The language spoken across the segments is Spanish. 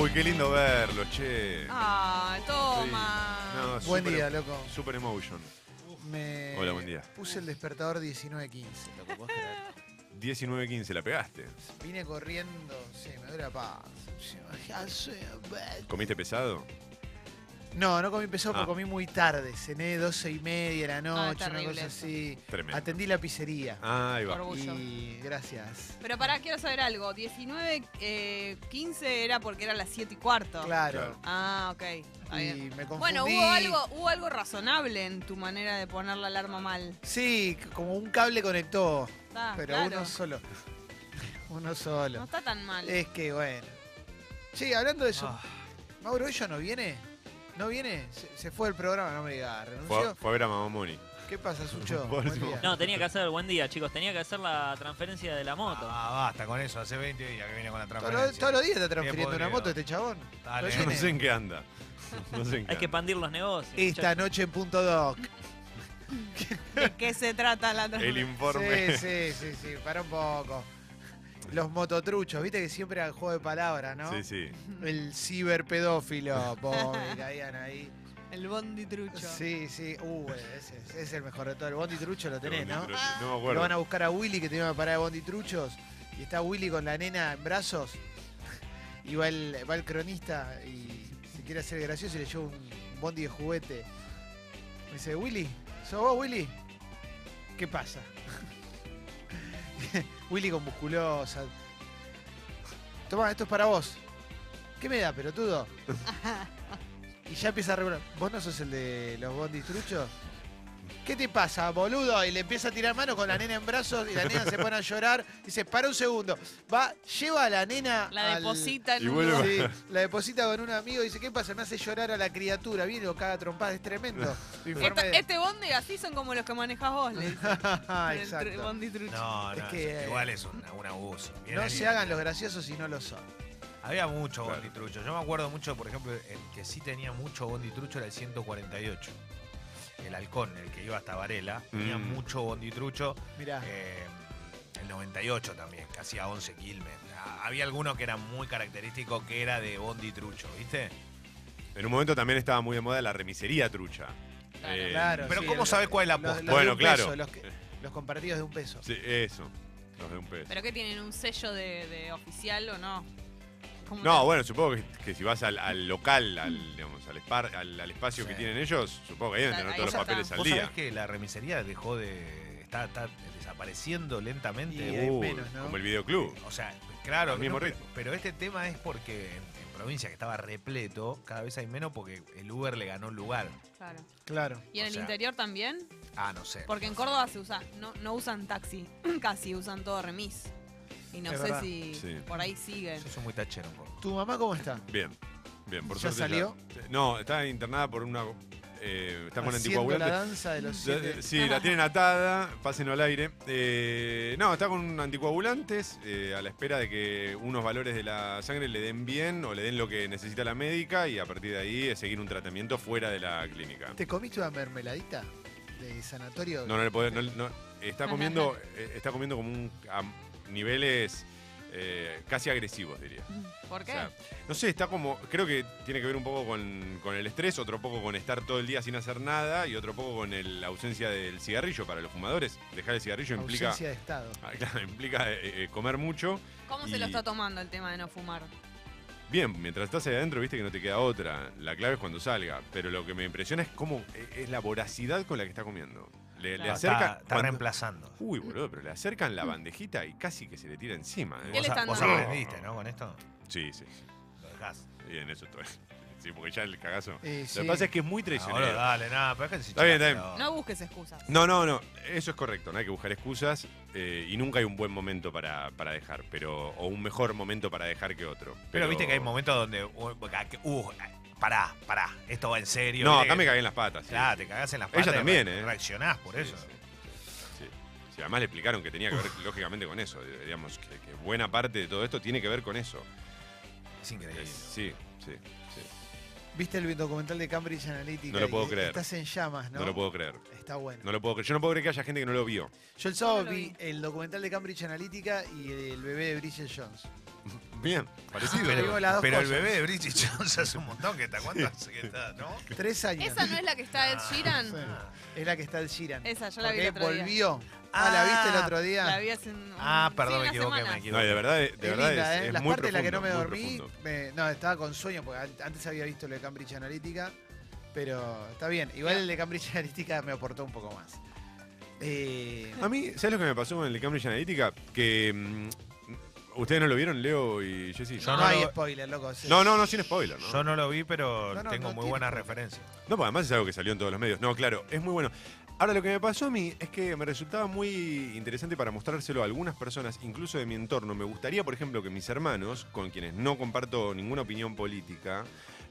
Uy, qué lindo verlo, che. Ah, toma. Sí. No, Buen super- día, Eh. loco. Super emotion. Me em- Hola, buen día. Puse el despertador 19.15, loco, ¿podés creer? 19.15, la pegaste. Vine corriendo, sí, me duele la panza. Sí, ya soy un bad. ¿Comiste pesado? No, no comí pesado Ah. porque comí muy tarde. Cené 12 y media de la noche, una terrible cosa eso. así. Tremendo. Atendí la pizzería. Ah, ahí va. Por- Orgullo. Y gracias. Pero pará, quiero saber algo. 19, eh, 15 era porque era las 7 y cuarto. Claro. Ah, ok. Está bien. Y me confundí. Bueno, hubo algo, hubo algo razonable en tu manera de poner la alarma mal. Sí, c- como un cable conectó, Está, pero Ah, claro. uno solo. Eh. uno No solo. está tan mal. Es que bueno. Sí, hablando de eso, Ah. Mauro Ello no viene. ¿No viene? Se, se fue el programa, no me digas. Fue, ¿Renunció? a- fue a ver a Mamá Moni. ¿Qué pasa, Sucho? Por Buen último. día. No, tenía que hacer, buen día chicos, tenía que hacer la transferencia de la moto. Ah, basta con eso, hace 20 días que viene con la Todos los, transferencia. todos los días está transfiriendo una podrido. moto este chabón. Lo Dale. Yo no tiene. sé en qué anda. No sé en qué Hay que anda. expandir los negocios. Esta muchachos. noche en punto doc. ¿De qué se trata la alarma? El informe. Sí, sí, sí, sí, para un poco. Los mototruchos, viste que siempre era el juego de palabras, ¿no? Sí, sí. El ciberpedófilo, boy, caían ahí. El bondi trucho. Sí, sí, uh, ese es, es el mejor de todo. El Bondi Trucho lo tenés, ¿no? Pero No me Lo van a acuerdo. buscar a Willy que tenía una parada de Bondi Truchos y está Willy con la nena en brazos y va el, va el cronista y se quiere hacer gracioso y le lleva un Bondi de juguete. Me dice, Willy, ¿sos vos Willy? ¿Qué pasa? Willy con musculosa. Toma, esto es para vos. ¿Qué me da, pelotudo? Y ya empieza a regular. ¿Vos no sos el de los bondis truchos? ¿Qué te pasa, boludo? Y le empieza a tirar mano con la nena en brazos y la nena se pone a llorar. Dice, para un segundo. Va, lleva a la nena. La al- deposita en Y un vuelve- lugar. Sí, la deposita con un amigo. Dice, ¿qué pasa? Me hace llorar a la criatura. Viene y lo caga a trompadas. Es tremendo. Tu informe Esta- de- este bondi así son como los que manejás vos, le dicen. Ah, El tru- Exacto. bondi trucho. No, Es no, que- eh, igual es un, un abuso. Bien No ahí. se hagan los graciosos si no lo son. Había mucho Claro. bonditrucho. Yo me acuerdo mucho, por ejemplo, el que sí tenía mucho bonditrucho era el 148. El halcón, el que iba hasta Varela, tenía Mm. mucho bonditrucho. Mirá. Eh, el 98 también, que hacía 11 quilmes. Ah, Había alguno que era muy característico, que era de bonditrucho, ¿viste? En un momento también estaba muy de moda la remisería trucha. Claro. Eh, Claro, Pero sí, ¿cómo el- sabes cuál es la Los, posta? los de Bueno, un claro. peso, los, que- los compartidos de un peso. Sí, eso. Los de un pez. ¿Pero qué tienen? ¿Un sello de, de oficial o no? ¿Cómo No, te- bueno, supongo que, que si vas al, al local, al, digamos, al, espar- al, al espacio que Sí. tienen ellos, supongo que ahí deben Claro, tener ahí todos los ya está. papeles al ¿Vos sabés día. que la remisería dejó de. está, está desapareciendo Y lentamente? hay Uy, menos, ¿no? Como el videoclub. O sea, claro, Al mismo pero, ritmo. pero este tema es porque en, en provincia que estaba repleto, cada vez hay menos porque el Uber le ganó el lugar. Claro. Claro. ¿Y en O el sea- interior también? eh, Ah, no sé. Porque en Córdoba se usa, no, no usan taxi, casi usan todo remis. Y no Es sé verdad. si Sí. por ahí siguen. Yo soy muy tachero en Córdoba. ¿Tu mamá cómo está? Bien, bien, por ¿Ya suerte. salió? No, está internada por una. Eh, está con Haciendo la anticoagulante. danza de los Ya- siete. Sí, la tienen atada, pásenlo al aire. Eh, no, está con anticoagulantes eh, a la espera de que unos valores de la sangre le den bien o le den lo que necesita la médica y a partir de ahí eh, seguir un tratamiento fuera de la clínica. ¿Te comiste una mermeladita de sanatorio? No, no le podés- no- no- está comiendo, eh, está comiendo como un a niveles eh, casi agresivos, diría. ¿Por qué? O sea, no sé, está como. Creo que tiene que ver un poco con, con el estrés, otro poco con estar todo el día sin hacer nada y otro poco con el- la ausencia del cigarrillo para los fumadores. Dejar el cigarrillo implica. Ausencia de estado. Ah, claro, implica eh, eh, comer mucho. ¿Cómo se lo y- está tomando el tema de no fumar? Bien, mientras estás ahí adentro, viste que no te queda otra. La clave es cuando salga. Pero lo que me impresiona es cómo eh, es la voracidad con la que está comiendo. Le, le Claro. acerca. Está, está cuando- reemplazando. Uy, boludo, pero le acercan la bandejita y casi que se le tira encima. ¿eh? ¿Qué le Vos, están vos dando? aprendiste, ¿no? Con esto Sí, sí, sí. lo dejás. Y en eso estoy. Sí, porque ya el cagazo. Eh, Lo sí. que pasa es que es muy traicionero. Ahora Ah, dale, nada, pero déjense Está bien, chupar, está pero- No busques excusas. No, no, no. Eso es correcto. No hay que buscar excusas. eh, y nunca hay un buen momento para, para dejar. pero O un mejor momento para dejar que otro. Pero, Pero viste que hay momentos donde. Uh, uh, pará, pará, esto va en serio. No, viste acá me que- cagué en las patas. sí. Claro, te cagás en las Ella patas. y también, re- ¿eh? Reaccionás por Sí, eso. sí, sí, sí. Sí, además le explicaron que tenía que ver lógicamente con eso. eh, Digamos que, que buena parte de todo esto tiene que ver con eso. Es increíble. Eh, Sí, sí, sí. ¿Viste el documental de Cambridge Analytica? No lo puedo Y- creer. Estás en llamas, ¿no? No lo puedo creer. Está bueno. No lo puedo creer. Yo no puedo creer que haya gente que no lo vio. Yo el sábado No lo vi vi. el documental de Cambridge Analytica y el bebé de Bridget Jones. Bien, parecido. Ah, Pero, digo las dos pero el cosas. bebé de Bridget Jones hace un montón que está. ¿Cuánto hace que está? ¿No? Tres años. ¿Esa no es la que está Ed Ah, Sheeran? Sí. Es la que está el Sheeran. Esa, yo la vi Ok, el otro día. volvió. Ah, ¿la viste el Ah, otro día? La vi hace un- Ah, perdón, Sí, me una equivoqué, semana. me No, equivoqué. y de verdad, de es verdad linda, es, ¿eh? es Las muy partes en las que no me profundo, muy dormí, profundo. me- no, estaba con sueño, porque an- antes había visto lo de Cambridge Analytica, pero está bien. Igual el de Cambridge Analytica me aportó un poco más. Eh, A mí, ¿sabes lo que me pasó con el de Cambridge Analytica? Que mm, ustedes no lo vieron, Leo y Jessy. Yo no, no hay lo- spoiler, loco. sí. No, no, no, sin spoiler, ¿no? Yo no lo vi, pero No, no, tengo no muy tiene buenas problema. referencias. No, pues además es algo que salió en todos los medios. No, claro, es muy bueno. Ahora, lo que me pasó a mí es que me resultaba muy interesante para mostrárselo a algunas personas, incluso de mi entorno. Me gustaría, por ejemplo, que mis hermanos, con quienes no comparto ninguna opinión política,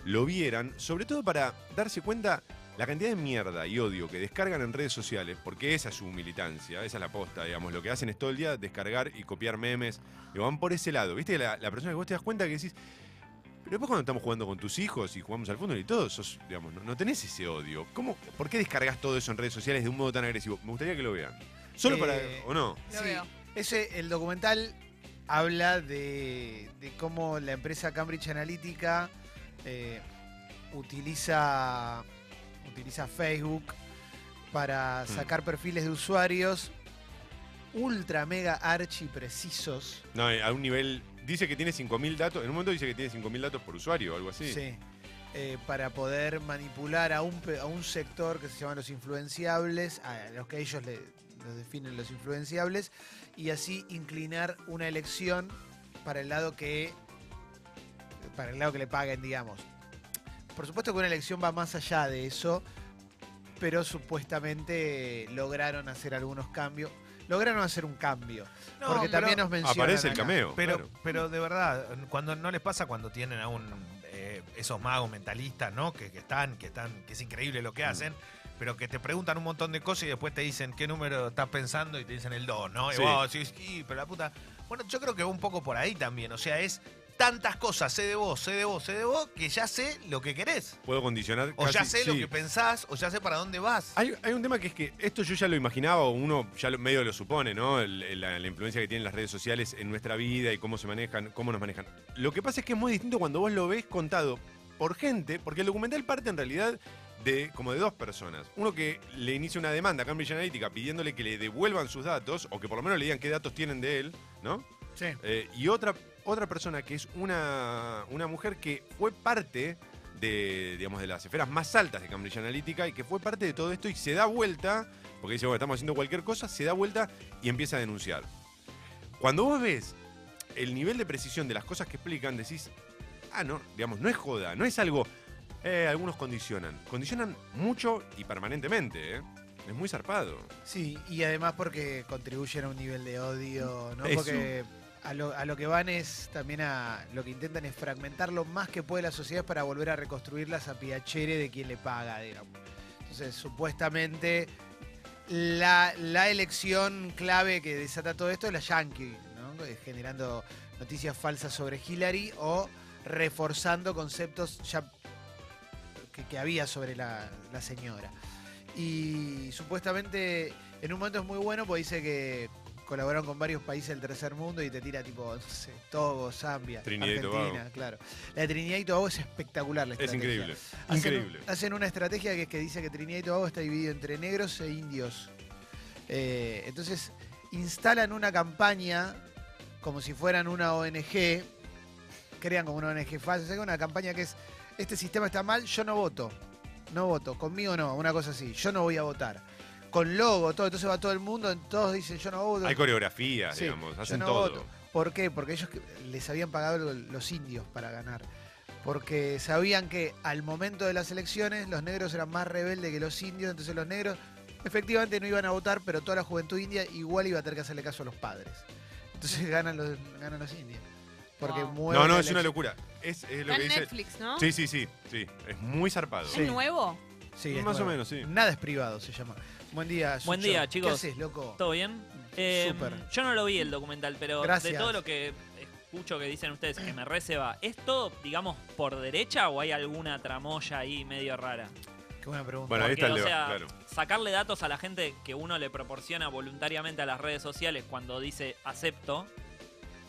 lo vieran, sobre todo para darse cuenta la cantidad de mierda y odio que descargan en redes sociales, porque esa es su militancia, esa es la posta, digamos. Lo que hacen es todo el día descargar y copiar memes, y van por ese lado. ¿Viste? La, la persona que vos te das cuenta que decís, pero después cuando estamos jugando con tus hijos y jugamos al fútbol y todo, sos, digamos, no, no tenés ese odio. ¿Cómo, ¿Por qué descargas todo eso en redes sociales de un modo tan agresivo? Me gustaría que lo vean. Solo Eh, para. ¿O no? Lo Sí, veo. Ese, el documental habla de, de cómo la empresa Cambridge Analytica eh, utiliza, utiliza Facebook para sacar perfiles de usuarios ultra mega archi precisos. No, eh, a un nivel. Dice que tiene 5.000 datos. En un momento dice que tiene 5.000 datos por usuario o algo así. Sí. Eh, para poder manipular a un, pe- a un sector que se llaman los influenciables, a los que ellos le, los definen los influenciables, y así inclinar una elección para el lado que para el lado que le paguen, digamos. Por supuesto que una elección va más allá de eso, pero supuestamente lograron hacer algunos cambios. Lograron hacer un cambio. No, porque pero- también nos mencionan. Aparece el acá. cameo. Pero, claro. pero de verdad, cuando no les pasa cuando tienen a un eh, esos magos mentalistas, ¿no? Que, que están, que están, que es increíble lo que Mm. hacen, pero que te preguntan un montón de cosas y después te dicen qué número estás pensando y te dicen el 2, ¿no? Y Sí. vos decís, "Y, pero la puta. Bueno, yo creo que un poco por ahí también. O sea, es tantas cosas, sé de vos, sé de vos, sé de vos, que ya sé lo que querés. Puedo condicionar. O ya casi- sé lo sí. que pensás, o ya sé para dónde vas. Hay, hay un tema que es que esto yo ya lo imaginaba o uno ya lo- medio lo supone, ¿no? El- el- la, la influencia que tienen las redes sociales en nuestra vida y cómo se manejan, cómo nos manejan. Lo que pasa es que es muy distinto cuando vos lo ves contado por gente, porque el documental parte en realidad de como de dos personas. Uno que le inicia una demanda a Cambridge Analytica pidiéndole que le devuelvan sus datos o que por lo menos le digan qué datos tienen de él, ¿no? Sí. Eh, y otra, otra persona que es una, una mujer que fue parte de, digamos, de las esferas más altas de Cambridge Analytica y que fue parte de todo esto y se da vuelta, porque dice, bueno, estamos haciendo cualquier cosa, se da vuelta y empieza a denunciar. Cuando vos ves el nivel de precisión de las cosas que explican, decís, ah, no, digamos, no es joda, no es algo... eh, algunos condicionan, condicionan mucho y permanentemente, ¿eh? Es muy zarpado. Sí, y además porque contribuyen a un nivel de odio, ¿no? Eso. Porque a lo, a lo que van es también a. Lo que intentan es fragmentar lo más que puede las sociedades para volver a reconstruirlas a piachere de quien le paga, digamos. Entonces, supuestamente, la, la elección clave que desata todo esto es la Yankee, ¿no? Eh, Generando noticias falsas sobre Hillary o reforzando conceptos ya que, que había sobre la, la señora. Y supuestamente en un momento es muy bueno porque dice que colaboraron con varios países del tercer mundo y te tira tipo, no sé, Togo, Zambia, Trinidad y Argentina, Tobago. claro. La de Trinidad y Tobago es espectacular la Es estrategia. increíble. Hacen, Increíble. hacen una estrategia que, es que dice que Trinidad y Tobago está dividido entre negros e indios. Eh, entonces, instalan una campaña como si fueran una ONG, crean como una ONG falsa, sacan una campaña que es, este sistema está mal, yo no voto, no voto, conmigo no, una cosa así, yo no voy a votar. Con logo, todo, entonces va todo el mundo, todos dicen yo no voto. Hay coreografías, Sí, digamos, yo hacen no todo. voto. ¿Por qué? Porque ellos que- les habían pagado lo- los indios para ganar. Porque sabían que al momento de las elecciones los negros eran más rebeldes que los indios, entonces los negros efectivamente no iban a votar, pero toda la juventud india igual iba a tener que hacerle caso a los padres. Entonces ganan los, ganan los indios. Porque Wow. mueven No, no, la es una elección. locura. Es, es lo Está que en dice. Netflix, ¿no? Sí, sí, sí, sí. Es muy zarpado. ¿Es Sí. nuevo? Sí, es Más o nuevo. menos, sí. Nada es privado, se llama. Buen día, Buen Sucho. día, ¿Qué chicos. haces, loco? ¿Todo bien? Eh, Súper. Yo no lo vi el documental, pero Gracias. de todo lo que escucho que dicen ustedes, que me receba, ¿es todo, digamos, por derecha o hay alguna tramoya ahí medio rara? Qué buena pregunta. Bueno, ahí Porque, está el o debate, sea, claro. sacarle datos a la gente que uno le proporciona voluntariamente a las redes sociales cuando dice acepto,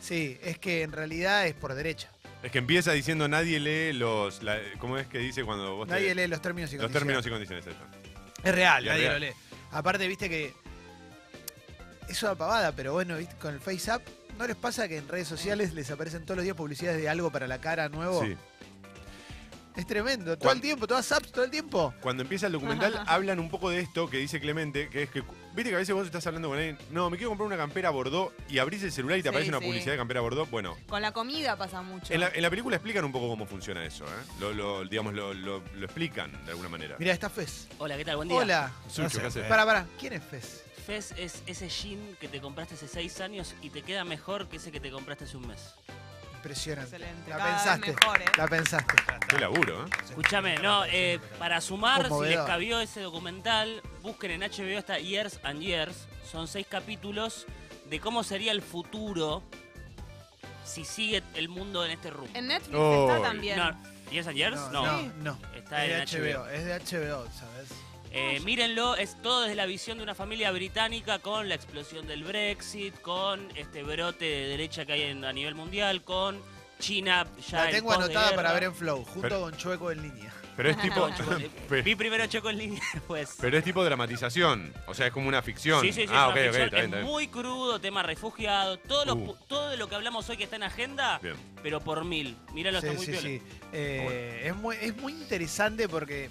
Sí, es que en realidad es por derecha. Es que empieza diciendo nadie lee los. la- ¿Cómo es que dice cuando vos te- Nadie lee los términos y los condiciones. términos y condiciones? eso. Es real, Es nadie real. lo lee. Aparte, viste que. Es una pavada, pero bueno, ¿viste? con el Face App, ¿no les pasa que en redes sociales les aparecen todos los días publicidades de algo para la cara nuevo? Sí. Es tremendo. Todo el Cuan- tiempo, todas apps, todo el tiempo. Cuando empieza el documental hablan un poco de esto que dice Clemente, que es que viste que a veces vos estás hablando con alguien, no, me quiero comprar una campera Bordeaux y abrís el celular y te Sí, aparece una sí. publicidad de campera Bordeaux. Bueno, Con la comida pasa mucho. en la, en la película explican un poco cómo funciona eso, ¿eh? Lo, lo- digamos, lo, lo- lo explican de alguna manera. Mira, está Fez. Hola, ¿qué tal? Buen día. Hola. Sucho, ¿qué haces? Para, para. ¿Quién es Fez? Fez es ese jean que te compraste hace seis años y te queda mejor que ese que te compraste hace un mes. Impresionante. Excelente. La Cada vez pensaste. mejor, ¿eh? La pensaste. Qué laburo, ¿eh? Escúchame, no, eh, para sumar, si les Conmovedor. cabió ese documental, busquen en HBO está Years and Years. Son seis capítulos de cómo sería el futuro si sigue el mundo en este rumbo. En Netflix Oh, está también. No, ¿Years and Years? No. no. no. Está en es de HBO. HBO. Es de HBO, ¿sabes? Eh, mírenlo, es todo desde la visión de una familia británica con la explosión del Brexit, con este brote de derecha que hay en- a nivel mundial, con China ya La en tengo pos de anotada para guerra. ver en Flow, junto Pero- con Chueco en línea. Pero es tipo. No, chicos, eh, pe- Vi primero Choco en línea, pues. pero es tipo dramatización. O sea, es como una ficción. Sí, sí, sí, ah, es una ok, ok, ficción, está bien, está es bien. muy crudo, tema refugiado, todo lo, Uh. pu- todo lo que hablamos hoy que está en agenda, Bien. pero por mil. Míralo, Sí, está muy sí, piola. sí. Eh, es, muy, es muy interesante porque,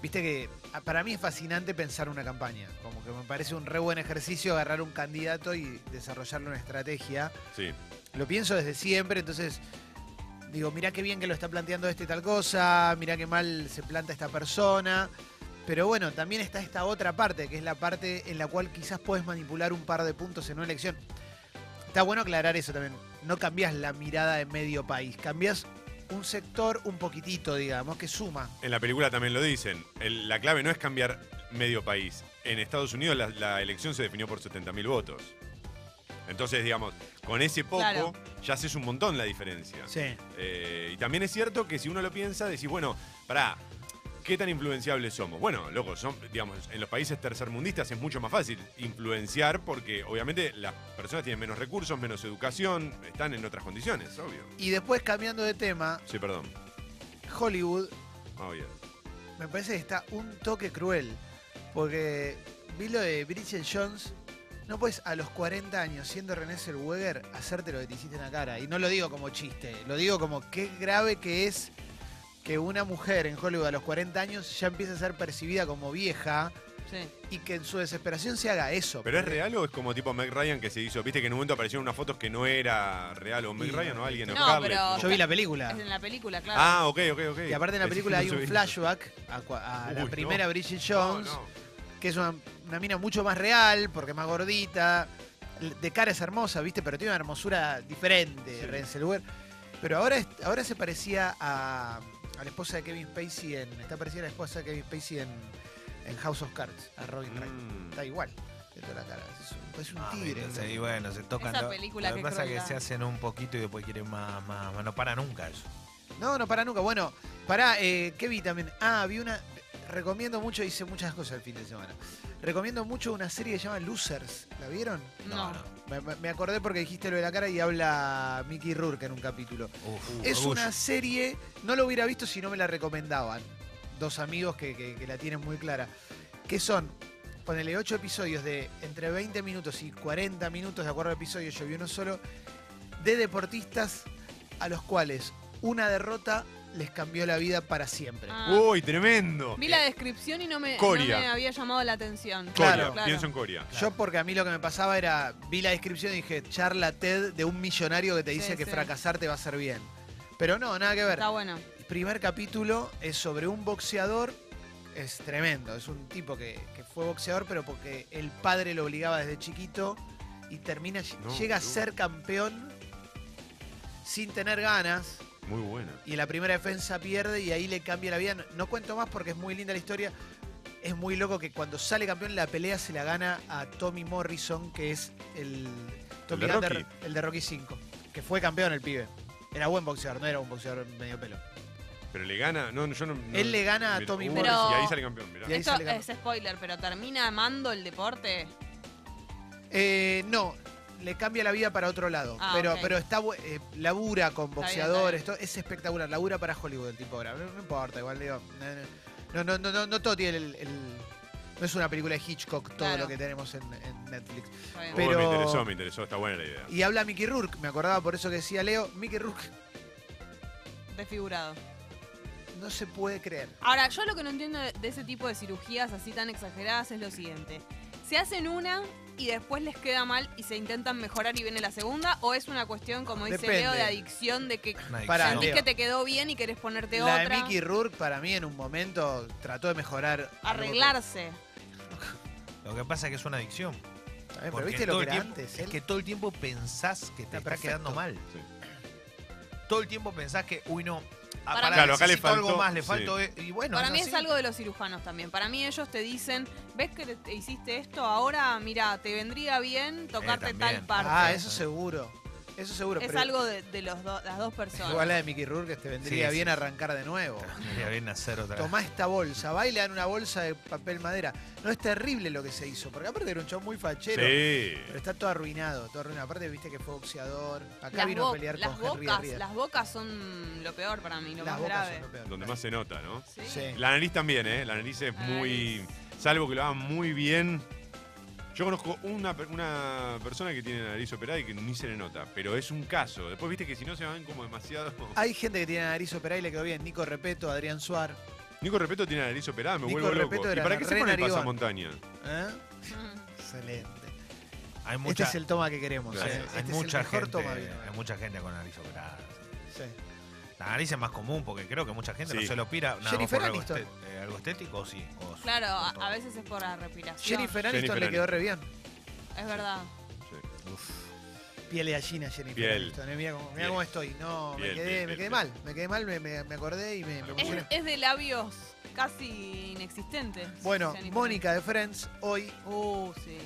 viste que a- para mí es fascinante pensar una campaña. Como que me parece un re buen ejercicio agarrar un candidato y desarrollarle una estrategia. Sí. Lo pienso desde siempre, entonces digo, mirá qué bien que lo está planteando este tal cosa, mirá qué mal se planta esta persona. Pero bueno, también está esta otra parte, que es la parte en la cual quizás puedes manipular un par de puntos en una elección. Está bueno aclarar eso también. No cambias la mirada de medio país, cambias un sector un poquitito, digamos, que suma. En la película también lo dicen. El- la clave no es cambiar medio país. En Estados Unidos la, la elección se definió por 70.000 votos. Entonces, digamos, con ese poco Claro. ya haces un montón la diferencia. Sí. Eh, y también es cierto que si uno lo piensa, decís, bueno, pará, ¿qué tan influenciables somos? Bueno, loco, son, digamos, en los países tercermundistas es mucho más fácil influenciar porque obviamente las personas tienen menos recursos, menos educación, están en otras condiciones, obvio. Y después, cambiando de tema, Sí, perdón. Hollywood Obvio. me parece que está un toque cruel. Porque vi lo de Bridget Jones. No puedes a los 40 años, siendo René Zellweger, hacerte lo que te hiciste en la cara. Y no lo digo como chiste, lo digo como qué grave que es que una mujer en Hollywood a los 40 años ya empiece a ser percibida como vieja Sí. y que en su desesperación se haga eso. ¿Pero es Porque- real o es como tipo Meg Ryan que se hizo? Viste que en un momento aparecieron unas fotos que no era real, o Meg Y- Ryan o alguien, o No, Scarlett, pero- como- Yo vi la película. Es en la película, claro. Ah, ok, ok, ok. Y aparte en la Pensé película que hay no un se flashback a, cua- a Uy, la no. primera Bridget veía. No, Jones. no. que es una, una mina mucho más real, porque es más gordita, l- de cara es hermosa, ¿viste? Pero tiene una hermosura diferente, Sí. Rensselaer. Pero ahora, es- ahora se parecía a, a la esposa de Kevin Spacey en... Está parecida a la esposa de Kevin Spacey en, en House of Cards, a Robin Wright. Mm. Está igual, de toda la cara. Es un, parece un Ah, tigre. entonces, y bueno, se tocan. Esa lo- película lo que qué pasa es que crueldad. se hacen un poquito y después quieren más, más, más. No para nunca eso. No, no, para nunca. Bueno, pará, eh, ¿qué vi también? Ah, vi una... Recomiendo mucho, hice muchas cosas el fin de semana. Recomiendo mucho una serie que se llama Losers. ¿La vieron? no. Me, me- me acordé porque dijiste lo de la cara y habla Mickey Rourke en un capítulo. Uf, es orgullo. una serie, no lo hubiera visto si no me la recomendaban. Dos amigos que, que- que la tienen muy clara. Que son, ponele ocho episodios de entre 20 minutos y 40 minutos, de acuerdo al episodio, yo vi uno solo, de deportistas a los cuales una derrota les cambió la vida para siempre. Ah. Uy, tremendo. Vi la descripción y no me, Eh, Coria. no me había llamado la atención. Coria, Claro, pienso en Coria. Yo porque a mí lo que me pasaba era, vi la descripción y dije, charla TED de un millonario que te Sí, dice que sí. fracasar te va a hacer bien. Pero no, nada que ver. Está bueno. El primer capítulo es sobre un boxeador, es tremendo, es un tipo que, que fue boxeador, pero porque el padre lo obligaba desde chiquito y termina, No, llega a boludo. ser campeón sin tener ganas Muy buena. y en la primera defensa pierde y ahí le cambia la vida. No, no cuento más porque es muy linda la historia. Es muy loco que cuando sale campeón la pelea se la gana a Tommy Morrison, que es el, Tommy de Gunter, Rocky? el de Rocky 5, que fue campeón el pibe. Era buen boxeador, no era un boxeador medio pelo. Pero le gana. No, no, yo no. no- Él le gana a Mira, Tommy uy, Morrison. Pero- Y ahí sale campeón, mirá. Y ahí Esto sale campeón. es spoiler, pero termina amando el deporte. Eh, no, le cambia la vida para otro lado. Ah, pero ok. pero está bu- eh, labura con bien, está boxeadores, bien. todo- es espectacular. Labura para Hollywood el tipo ahora. No, no importa, igual digo. No, no, no, no, no, no todo tiene el, el- No es una película de Hitchcock todo Claro. lo que tenemos en, en Netflix. Está bien. Pero- me interesó, me interesó, está buena la idea. Y habla Mickey Rourke, me acordaba por eso que decía Leo, Mickey Rourke Desfigurado. no se puede creer. Ahora, yo lo que no entiendo de de ese tipo de cirugías así tan exageradas es lo siguiente. ¿Se hacen una y después les queda mal y se intentan mejorar y viene la segunda? ¿O es una cuestión, como dice Depende. Leo, de adicción, de que Pará, Una adicción. sentís Leo. que te quedó bien y querés ponerte la de otra? Mickey Rourke para mí en un momento trató de mejorar. algo que- Eh, Arreglarse. Lo que pasa es que es una adicción. Está bien, Pero Porque viste lo todo que el era tiempo- antes. Es él? que todo el tiempo pensás que te Está está, perfecto. quedando mal. Todo el tiempo pensás que, uy, no. ah, Para pará, mí- Claro, acá le necesito algo faltó- más, le sí. faltó. eh, Y bueno, Para mí es así. algo de los cirujanos también. Para mí ellos te dicen, ¿ves que te- te hiciste esto? Ahora, mira, te vendría bien tocarte también. tal parte. Ah, eso seguro. Eso seguro. es pero algo de, de los do- las dos personas. Igual la de Mickey Rourke te vendría Sí, sí, bien sí. arrancar de nuevo. Estaría bien hacer otra. Tomá esta bolsa, va y le dan una bolsa de papel madera. No es terrible lo que se hizo, porque aparte era un chon muy fachero. Sí. Pero está todo arruinado, todo arruinado. Aparte viste que fue boxeador. Acá Las, vino bo- a pelear las con Henry bocas, Arrieta. las bocas son lo peor para mí, lo Las más bocas grave. son lo peor. Donde más se nota, ¿no? Sí. Sí. La nariz también, ¿eh? La nariz es La muy. nariz. Salvo que lo hagan muy bien. Yo conozco una, per- una persona que tiene la nariz operada y que ni se le nota, pero es un caso. Después viste que si no se van como demasiado. Hay gente que tiene la nariz operada y le quedó bien. Nico Repeto, Adrián Suar. Nico Repeto tiene la nariz operada, me Nico vuelvo Repetto loco. ¿Y era para qué se re pone el narigón. pasamontaña? ¿eh? Mm. Excelente. Hay Este mucha, es el toma que queremos. Gracias. ¿eh? Este hay es mucha el mejor gente. toma. que hay tenemos. mucha gente con nariz operada. sí. Sí. La nariz es más común porque creo que mucha gente Sí. no se lo pira. Nada más Jennifer por algo, Aniston. este- eh, algo estético o sí. o su- Claro, a, o todo. a veces es por la respiración. Jennifer Aniston Jennifer le quedó re bien. Es verdad. Piel de gallina, Jennifer Piel. Aniston. eh, Mirá cómo, mirá Piel. cómo estoy. No, Piel, me quedé, piel, me piel, quedé piel. mal. Me quedé mal, me, me- me acordé y me, me emocioné. Es, es de labios casi inexistentes. Bueno, Jennifer. Mónica de Friends, hoy, Uh, sí.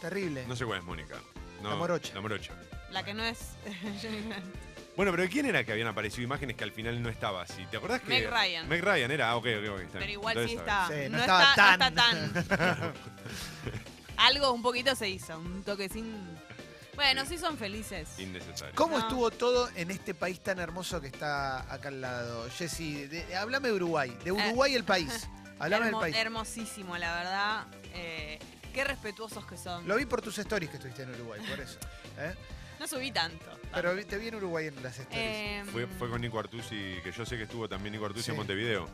terrible. No sé cuál es Mónica. No, La morocha. La morocha. La que no es Jennifer. Bueno, pero ¿quién era que habían aparecido imágenes que al final no estaba así? ¿Te acordás que.? Meg Ryan. Meg Ryan era, ah, ok, ok, ok. está Pero bien. igual sí Entonces, a está. Sí, no no, estaba está, no está tan. tan. Algo un poquito se hizo, un toquecín. Bueno, sí son felices. ver, Innecesario. ¿Cómo No. estuvo todo en este país tan hermoso que está acá al lado? Jessy, de- de- hablame de Uruguay. De Uruguay el país. Hablame del Eh. Hermo- país. Hermosísimo, la verdad. Eh, qué respetuosos que son. Lo vi por tus stories que estuviste en Uruguay, por eso. ¿eh? No subí tanto. Pero vi- te vi en Uruguay en las stories. Ah. Eh, Fue, fue con Nico Artusi, que yo sé que estuvo también Nico Artusi Sí. en Montevideo.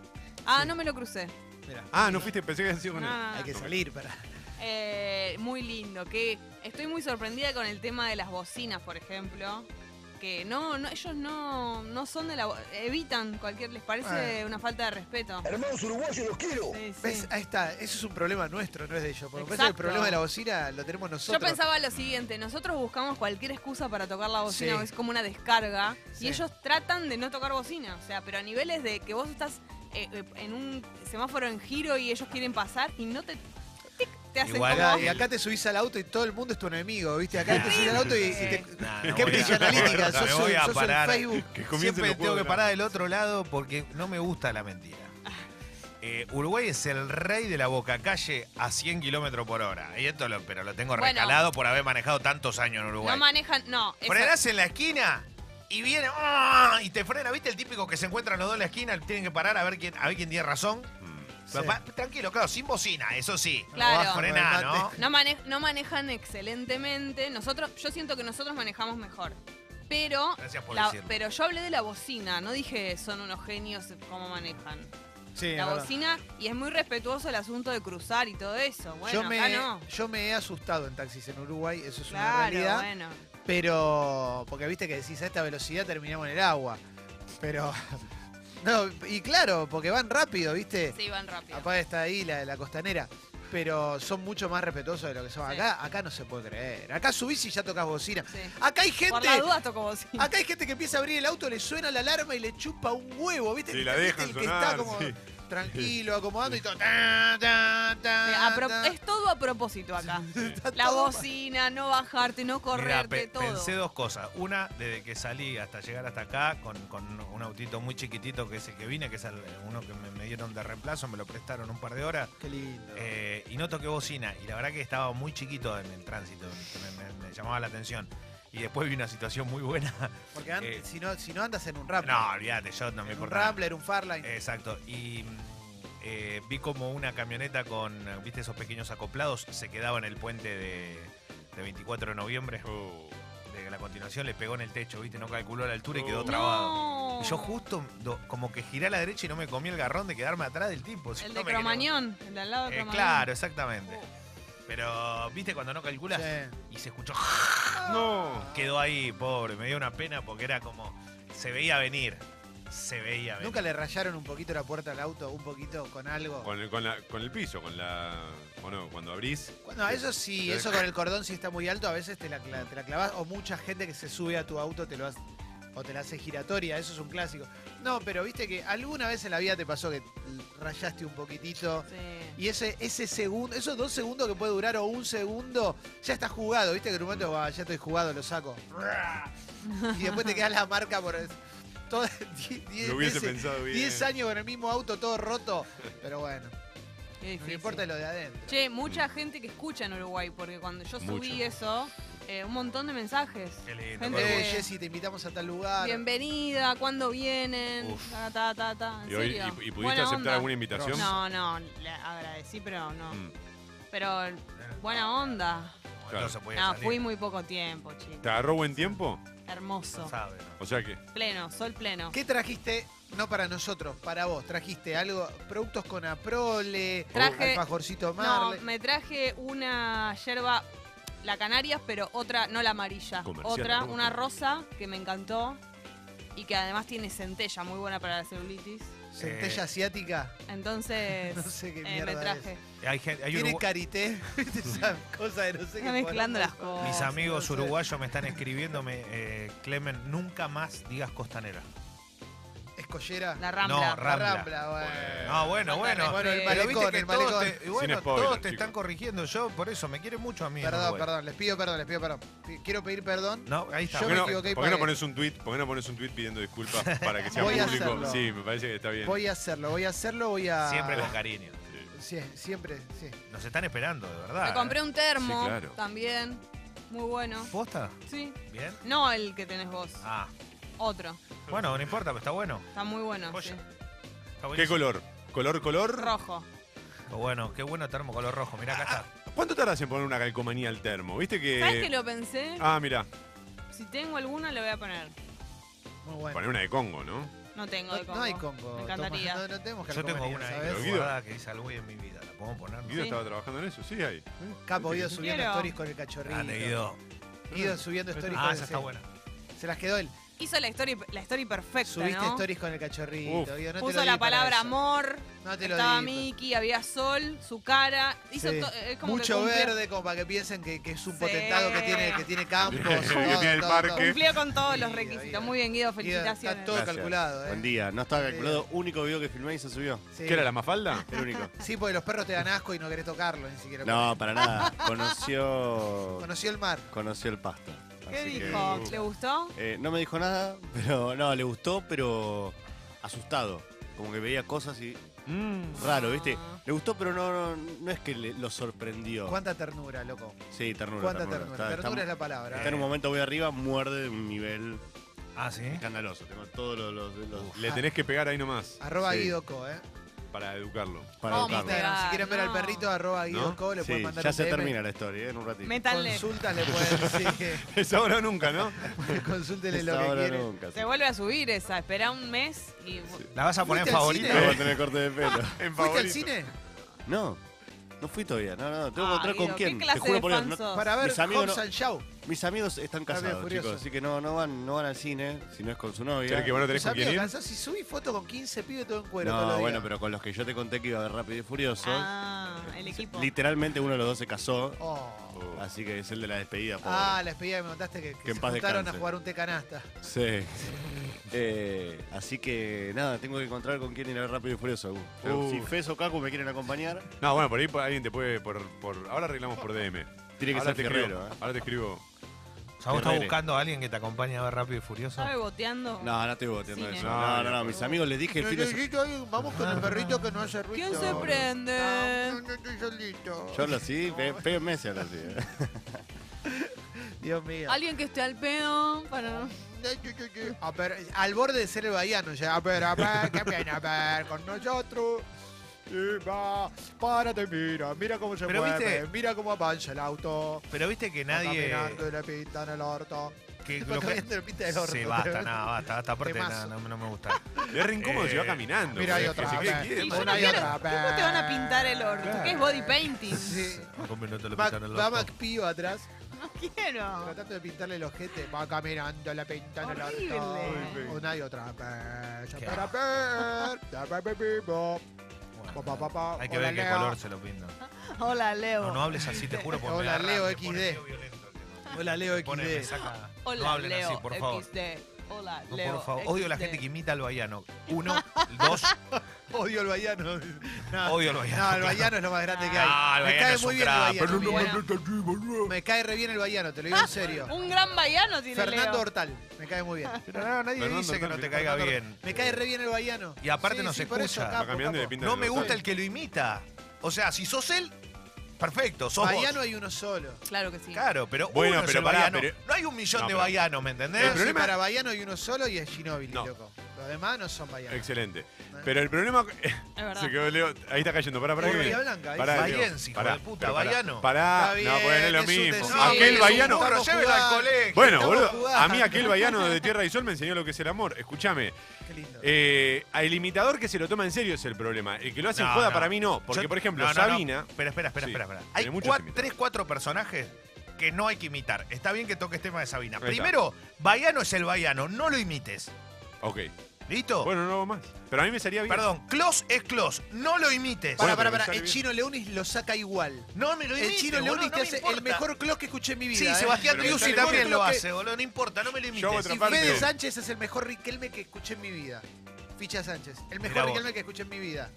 Ah, no me lo crucé. Mirá, Ah, no fuiste, pensé que habían sido con él. No, hay que ok. salir para. Eh, muy lindo, que estoy muy sorprendida con el tema de las bocinas, por ejemplo. Que no, no ellos no, no son de la... bo- Evitan cualquier... Les parece Eh. una falta de respeto. Hermanos uruguayos, los quiero. Sí, sí. ¿Ves? Ahí está. Eso es un problema nuestro, no es de ellos. Porque parece que el Exacto. problema de la bocina lo tenemos Yo nosotros. pensaba lo siguiente, nosotros buscamos cualquier excusa para tocar la bocina, Sí. es como una descarga, Sí. y ellos tratan de no tocar bocina, o sea, pero a niveles de que vos estás eh, eh, en un semáforo en giro y ellos quieren pasar y no te... tic, te hacen Igual, como... Acá- y acá te subís al auto y todo el mundo es tu enemigo, ¿viste? Acá te subís al auto y, y te... Nah, no voy Cambridge a- Analytica, me sos, un- voy a sos un parar. Facebook. Que comiencen Siempre los tengo juegos que de parar del otro lado porque no me gusta la mentira. Eh, Uruguay es el rey de la boca calle a 100 kilómetros por hora. Y esto lo, pero lo tengo Bueno. recalado por haber manejado tantos años en Uruguay. No manejan, no. eso- Frenás en la esquina y viene. ¡ah! Y te frena, ¿viste? El típico que se encuentran los dos en la esquina, tienen que parar a ver quién, a ver quién tiene razón. Mm. Sí. Papá, tranquilo, claro, sin bocina, eso sí. Claro. No frena, ¿no? No, mane- no manejan excelentemente. Nosotros, yo siento que nosotros manejamos mejor. Pero, Gracias por la- decirlo. pero yo hablé de la bocina, no dije son unos genios cómo manejan. Sí, la es verdad. bocina, y es muy respetuoso el asunto de cruzar y todo eso. Bueno, yo, me, acá no. yo me he asustado en taxis en Uruguay, eso es una Claro, realidad. bueno. Pero, porque viste que decís a esta velocidad terminamos en el agua. Pero, no, y claro, porque van rápido, viste. Sí, van rápido. Apá está ahí la, la costanera. Pero son mucho más respetuosos de lo que son Sí. acá. Acá no se puede creer. Acá subís y ya tocas bocina. Sí. Acá hay Por gente. la duda toco bocina. Acá hay gente que empieza a abrir el auto, le suena la alarma y le chupa un huevo, ¿viste? Sí, El- la ¿viste? dejan El que sonar, está como. sí. tranquilo, acomodando y todo. ta, ta, ta, Eh, a pro- ta. es todo a propósito acá. Está La Ah, todo bocina, no bajarte, no Mirá, correrte, pe- todo. pensé dos cosas. Una, desde que salí hasta llegar hasta acá con, con un autito muy chiquitito que es el que vine, que es el- uno que me, me dieron de reemplazo, me lo prestaron un par de horas. mal. Qué lindo. eh, y no toqué bocina. Y la verdad que estaba muy chiquito en el tránsito, que me, me- me llamaba la atención. Y después vi una situación muy buena. Porque antes, eh, si, no, si no andas en un Rambler. No, olvídate, yo no me Eh, en un importaba. Rambler, un Farline. Exacto. Y mm, eh, vi como una camioneta con, viste, esos pequeños acoplados se quedaba en el puente de, de 24 de noviembre. Oh. De la continuación le pegó en el techo, viste, no calculó la altura y quedó Oh. trabado. No. Y yo justo do- como que giré a la derecha y no me comí el garrón de quedarme atrás del tipo. si El no de me quería- Cromañón, el de al lado de Eh, Cromañón. claro, exactamente. Pero, viste, cuando no calculas Sí. y se escuchó, No. quedó ahí, pobre, me dio una pena porque era como, se veía venir, se veía venir. ¿Nunca le rayaron un poquito la puerta al auto? ¿Un poquito con algo? Con el, con, la- con el piso, con la. Bueno, cuando abrís. Bueno, eso sí, Te eso deja- con el cordón si está muy alto, a veces te la, cla- te la clavas. O mucha gente que se sube a tu auto te lo hace, o te la hace giratoria, eso es un clásico. No, pero viste que alguna vez en la vida te pasó que rayaste un poquitito. Sí. Y ese, ese segundo, esos dos segundos que puede durar o un segundo, ya está jugado, viste que en un Mm. momento "Ah, ya estoy jugado, lo saco. Y después te queda la marca por el- todo- die- die- Lo hubiese ese- pensado bien. 10 años con el mismo auto todo roto. Pero bueno, Qué no difícil. importa lo de adentro. Che, mucha gente que escucha en Uruguay, porque cuando yo subí Mucho. eso, eh, un montón de mensajes. Qué lindo, Gente Eh, que- Jessy, te invitamos a tal lugar. Bienvenida, ¿cuándo vienen? Uf. Ta, ta, ta, ta. ¿En Y, hoy- serio? y- y pudiste Buena aceptar onda. alguna invitación? No, no, le agradecí, pero no. Mm. Pero buena onda. No se ¿eh? podía No, salir, fui muy poco tiempo, chico. ¿Te agarró buen tiempo? no Hermoso. sabe, ¿no? O sea que. Pleno, sol pleno. ¿Qué trajiste? No para nosotros, para vos. ¿Trajiste algo? ¿Productos con Aprole? Traje- No, ¿Alfajorcito Marle? me traje una yerba, la Canarias, pero otra, no la amarilla. Comercial, Otra, roja. una rosa que me encantó y que además tiene centella, muy buena para la celulitis. Eh, ¿Centella asiática? Entonces, No sé qué eh, mierda me traje. es. Hay gente- hay Mm. ¿Tiene urugu- carité? Esa cosa de no sé qué. Está mezclando las poronga. cosas. Mis Oh, amigos no sé. uruguayos me están escribiéndome, eh, Clemen, nunca más digas costanera. ¿Escollera? La rambla. No, Rambla. bueno. No, Ah, bueno, eh, bueno. Bueno, el Eh, Pero viste malecón, que el todos malecón. te, y bueno, spoiler, todos te chicos. están corrigiendo. Yo, por eso, me quieren mucho a mí. en Perdón, Uruguay. perdón, les pido perdón, les pido perdón. Pi- Quiero pedir perdón. No, ahí está. Yo ¿Por me qué, no, equivoqué y por qué no pagué. pones un tweet? ¿Por qué no pones un tweet pidiendo disculpas para que sea Voy a público? hacerlo. Sí, me parece que está bien. Voy a hacerlo, voy a hacerlo, voy a. Siempre con cariño. Sí. Sí, siempre, sí. Nos están esperando, de verdad. ¿eh? Me compré un termo Sí, claro. también. Muy bueno. ¿Posta? Sí. ¿Bien? No el que tenés vos. Ah. Otro. Bueno, no importa, pero está bueno. Está muy bueno. Joya. sí. Está ¿Qué buenísimo. color? ¿Color, color? Rojo. Qué bueno, qué bueno termo color rojo. Mirá, acá está. ¿Cuánto tardas en poner una calcomanía al termo? ¿Viste que.? ¿Sabes que lo pensé? Ah, mira, Si tengo alguna, le voy a poner. Muy bueno. poner una de Congo, ¿no? No tengo de No, Congo. no hay congo. Me Tomás, encantaría. No, no tenemos Yo tengo calcomanía, una ¿sabes? ahí Guido. guardada que dice algo en mi vida. ¿La podemos poner? Guido Sí. estaba trabajando en eso, sí hay. ¿eh? Capo, Guido subiendo Quiero. stories con el cachorrito. Dale, Ah, Guido. Guido subiendo stories Ah, con esa el está buena. Se las quedó él. Hizo la story, la story perfecta, Subiste ¿no? stories con el cachorrito. Uf. Guido, no te lo Puso di la para palabra eso. amor, No te lo estaba di. pues. Miki, había sol, su cara. Hizo Sí. to- eh, es como que Mucho cumplió- verde, como para que piensen que, que es un Sí. potentado que tiene, que tiene campos. Que tiene el parque. Cumplió con todos los Guido, requisitos. Guido. Muy bien, Guido, Guido, felicitaciones. Está todo Gracias. calculado, ¿eh? Buen día. No estaba Sí. calculado. Único video que filmé y se subió. Sí. ¿Qué era la mafalda? El único. Sí, porque los perros te dan asco y no querés tocarlo ni siquiera. No, para nada. Conoció. Conoció el mar. Conoció el pasto. ¿Qué Así que, dijo? uh. ¿Le gustó? eh, no me dijo nada, pero no, le gustó, pero asustado. Como que veía cosas y Mm. raro, ¿viste? Ah. Le gustó, pero no, no, no es que le- lo sorprendió. Cuánta ternura, loco. Sí, ternura. Cuánta ternura. ternura. Está- está- Ternura es la palabra. está en un ¿eh? momento voy arriba, muerde de un nivel Ah, sí. escandaloso. Tengo todos los. los- los- Le tenés que pegar ahí nomás Arroba Sí. Guidoco, ¿eh? para educarlo. para Vamos, educarlo. Instagram, si pegar, quieren ver al no. perrito, arroba Guidoco, le Sí, pueden mandar ya un se DM. termina la historia, ¿eh? en un ratito. Métanle. Consultas le pueden sí, Es ahora o nunca, ¿no? Consúltele Es lo que ahora quieren. nunca, sí. Se vuelve a subir esa. Esperá un mes y. ¿La vas a poner en ¿Fuiste al favorito? No, va a tener corte de pelo. En ¿Fuiste al favorito. cine? No, no fui todavía. No, no, tengo que Ah, encontrar con Guido, quién. ¿Qué Te clase juro de por fan Dios, no- sos? Para ver Mis amigos Hobbs no- and Shaw. mis amigos están Rápido y casados, Furioso. chicos, así que no, no van, no van al cine, si no es con su novia. Che, que bueno, tenés Tus con quién amigos ir. cansados y subí foto con 15 pibes todo en cuero. todos los no, días. bueno, pero con los que yo te conté que iba a ver Rápido y Furioso, Ah, el equipo. literalmente uno de los dos se casó, Oh. Oh. así que es el de la despedida, pobre. Ah, Ah, la despedida que me contaste que, que Que en se paz juntaron a descanse. jugar un té canasta. Sí. Eh, así que nada, tengo que encontrar con quién ir a ver Rápido y Furioso. Agus. Pero Uh. Si Fez o Cacu me quieren acompañar, No, bueno, por ahí por- alguien te puede. Por, por- ahora arreglamos por DM. tiene que ahora ser te escribo, Ferrero. ¿eh? Ahora te escribo. O sea, vos estás Ferrere. buscando a alguien que te acompañe a ver Rápido y Furioso. ¿Sabe boteando? No, no estoy boteando Cine. eso. No, No, no, no, no. Mis amigos les dije el fin de semana. Necesito alguien, vamos con el Ah. perrito que no hace ruido. ¿Quién se prende? No, no, yo estoy solito. Yo lo sí, pe- Feo Messi eh. lo sí. Dios mío. Alguien que esté al pedo para... A ver, al borde de ser el bahiano ya. A ver, a ver, que viene a ver con nosotros. Y va, párate, mira, mira cómo se Pero mueve, viste- mira cómo avanza el auto. Pero viste que Va nadie. Caminando y le pintan el orto. Que lo Cuando que- viene le pintan el orto. Sí, basta, nada, basta, basta. Aparte, Temazo. no, no, no me gusta. Y es re incómodo Eh, si va caminando. Mira, hay porque otra. se quede vez. quieto. Y yo Una no y quiero- otra ¿Cómo te van a pintar el orto? Claro. ¿Qué es body painting? Sí. Un minuto lo Va, pisaron los va dos. MacPío atrás, No quiero. tratando de pintarle el ojete. Va caminando, le pintan el Horrible. orto. Una y otra vez. A ver, a ver, a ver, vivo. Bueno, Pa, pa, pa, pa. Hay que Hola, ver qué Leo. color se lo pintan. Hola, Leo. No, no hables así, te juro. porque me Hola, da rabia, Leo me pone XD. medio violento el tema. Hola, Leo Me pone, me XD. saca- Hola, no hablen Leo. así, por favor. XD. Hola, No, Leo. por favor. Odio la XD. gente que imita al baiano. Uno, dos, Odio el baiano. No, odio al baiano. no, el baiano es lo más grande que hay. Ah, el me baiano cae es muy un bien crack, el baiano. pero mira. Bueno, Me cae re bien el baiano, te lo digo en serio. un gran baiano tiene Fernando Leo. Hortal, me cae muy bien. Pero no, nadie Fernando dice que no Torres, te caiga Fernando bien. Me cae re bien el baiano. Y aparte Sí, no sí, se por eso, escucha. Va capo, caminando y le capo. pinta No me gusta el que lo imita. O sea, si sos él, perfecto, sos vos. Baiano hay uno solo. Claro que sí. Claro, pero Bueno, uno es pero el pará, baiano. pero- No hay un millón No, de pero- baianos, ¿me El entendés? No, sí, problema- Para baiano hay uno solo y es Ginobili, No. loco. Los demás no son baianos. Excelente. Pero el problema. Es verdad. Se quedó Leo. Ahí está cayendo. Pará, pará. que Uy, viene. Blanca, ahí Pará, sí. Leo, Bahiense, hijo pará, de puta, pero pará. baiano. Pará. Está No, bien, pues no es lo es un mismo. desastre. Aquel Es un baiano. burro, Estamos llévelo al jugando. colegio. Bueno, Estamos boludo, a mí jugando. aquel baiano de Tierra y Sol me enseñó lo que es el amor. Escúchame, Qué lindo. eh, el imitador que se lo toma en serio es el problema. El que lo hace en No, joda no. para mí no. Porque, Yo- por ejemplo, no, no, no. Sabina. Espera, espera, espera, Sí, espera, espera. tiene Hay muchos cua- invitados. tres, cuatro personajes que no hay que imitar. Está bien que toques tema de Sabina. Ahí está. Primero, Baiano es el Baiano, no lo imites. Ok. Oh. ¿Listo? Bueno, no hago más. Pero a mí me salía bien. Perdón, Clos es Clos, no lo imites. Bueno, pero me Para, para, para. sale El bien. chino Leonis lo saca igual. No me lo imites. El chino boludo, Leonis no te me hace importa. el mejor clock que escuché en mi vida. Sí, ¿eh? Sebastián Pero me Triusi sale también igual lo que- hace, boludo. No importa, no me lo Yo hago imites. otra Y parte. Fede Sánchez es el mejor Riquelme que escuché en mi vida. Ficha Sánchez. El Mirá mejor vos. Riquelme que escuché en mi vida.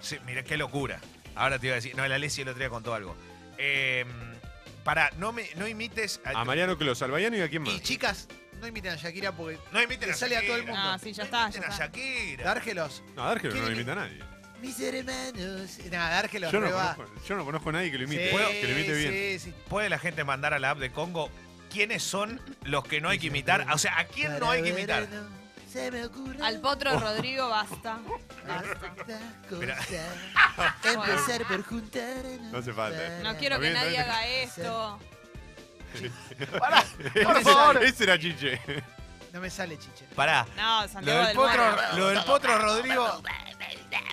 Sí, mira, qué locura. Ahora te iba a decir. No, el Alessi el otro día contó algo. Eh, pará, no, me, no imites. A Mariano Clos, al baiano y a quién más. Y chicas, no imiten a Shakira porque. no imites le a sale a todo el Shakira. mundo. Ah, sí, ya No está. imiten ya a está. Shakira. Dárgelos. No, a Dargelo no ¿Quién lo le- imita a nadie. Mis hermanos. Nada, Dárgelos, Yo no, re va. conozco, yo no conozco a nadie que lo imite. Sí, que lo imite bien. Sí, sí. ¿Puede la gente mandar a la app de Congo quiénes son los que no hay que imitar? O sea, ¿a quién no hay que imitar? Se me ocurre. Al Oh. potro Rodrigo basta. Basta. Mirá. Empezar por juntarnos. No hace falta. para- No quiero que Está bien, nadie está bien. haga esto. Pará, por Ese- favor. Ese era Chiche. No me sale, chiche. Pará. No, Lo Santiago del, del potro, Moro. lo del potro Rodrigo.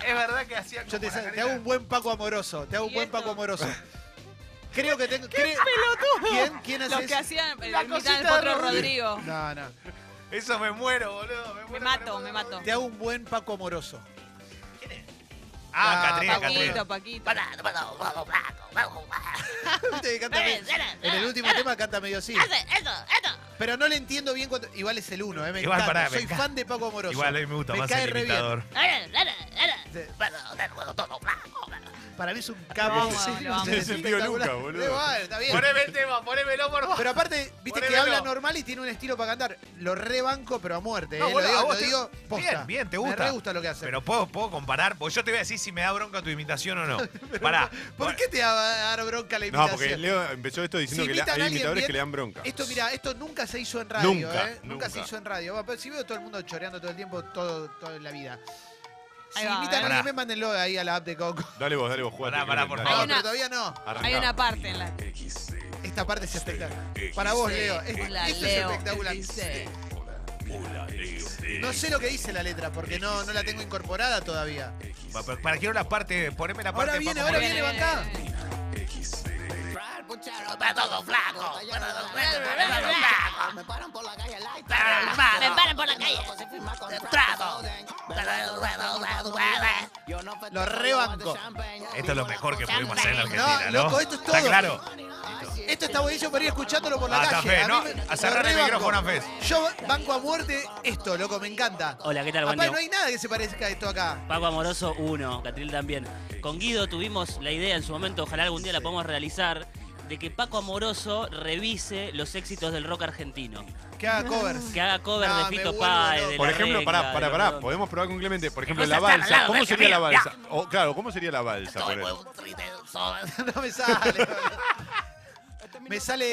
Es verdad que hacía. Yo te, como la sa- te carita. hago un buen Paco amoroso. Te hago un ¿Y buen esto? Paco amoroso. Creo que tengo. creo- ¿Quién, quién hace Los que eso? hacían el La mitad del cosita de potro Rodrigo. No, no. Eso me muero, boludo. Me muero mato, con el me potro mato. Te hago un buen Paco amoroso. Ah, Ah, Catrina, Paquito, Catrina. Paquito. Viste que canta medio- en el último tema canta medio así. Pero no le entiendo bien cuando. Igual es el uno, eh, me Igual, encanta. pará, me Soy encanta. fan de Paco Amoroso. Igual a mí me gusta Me más cae el re bien. imitador. Ah. De- Para mí es un Vamos, cabrón. lo vamos. No se entendió nunca, boludo. está bien. Poneme el tema, ponémelo, por favor. Pero aparte, viste que Ponémelo. habla normal y tiene un estilo para cantar. Lo rebanco, pero a muerte. No, eh, lo boludo, a digo, vos lo te- digo posta. Bien, bien, te gusta. Me re gusta lo que hace. Pero puedo, puedo comparar, porque yo te voy a decir si me da bronca tu imitación o no. Pará. ¿Por qué te va a dar bronca la No, imitación? porque Leo empezó esto diciendo Si que la- imitan a hay alguien imitadores bien- que le dan bronca. Esto, mira, esto nunca se hizo en radio, Nunca, ¿eh? Nunca, nunca. se hizo en radio. Va, pero Si veo todo el mundo choreando todo el tiempo, todo, toda la vida. Si Ahí va, imitan ¿eh? a Pará. alguien, me mándenlo ahí a la app de Coco. Dale vos, dale vos, jugate. Pará, pará, Dale. por Dale. No, Hay pero una- todavía no. Arrancá. Hay una parte en la. Esta parte es espectacular. Para vos, Leo. este, Es, Hola, esto Leo. es espectacular. Sí. No sé lo que dice la letra porque no, no la tengo incorporada todavía. Pa- pa- Para quiero la parte, poneme la parte. Ahora de viene, Paco ahora Moroso. viene, va acá. Me paran por la calle, Me paran por la calle. Lo rebanco. Esto es lo mejor que pudimos hacer en Argentina, No, ¿no? loco, esto es ¿Está todo. claro? Esto está buenísimo para ir escuchándolo por la Hasta calle. Fe, mí ¿no? me- A lo cerrar el rebanco. micrófono a Fe. Yo banco a muerte esto, loco, me encanta. Hola, ¿qué tal? Buen Aparte, día. no hay nada que se parezca a esto acá. Paco Amoroso 1, Catril también. Con Guido tuvimos la idea en su momento, ojalá algún día la podamos realizar, de que Paco Amoroso revise los éxitos del rock argentino. Que haga covers. Que haga cover Ah, de me Fito vuelvo Páez, loco. de Por La ejemplo, Renga, pará, de pará, los pará. Rodón. Podemos probar con Clemente. Por ejemplo, la Vamos a estar al balsa. lado, ¿Cómo Dios sería la mío, balsa? O, claro, ¿cómo sería la balsa? Por él? No me sale. boludo. me sale.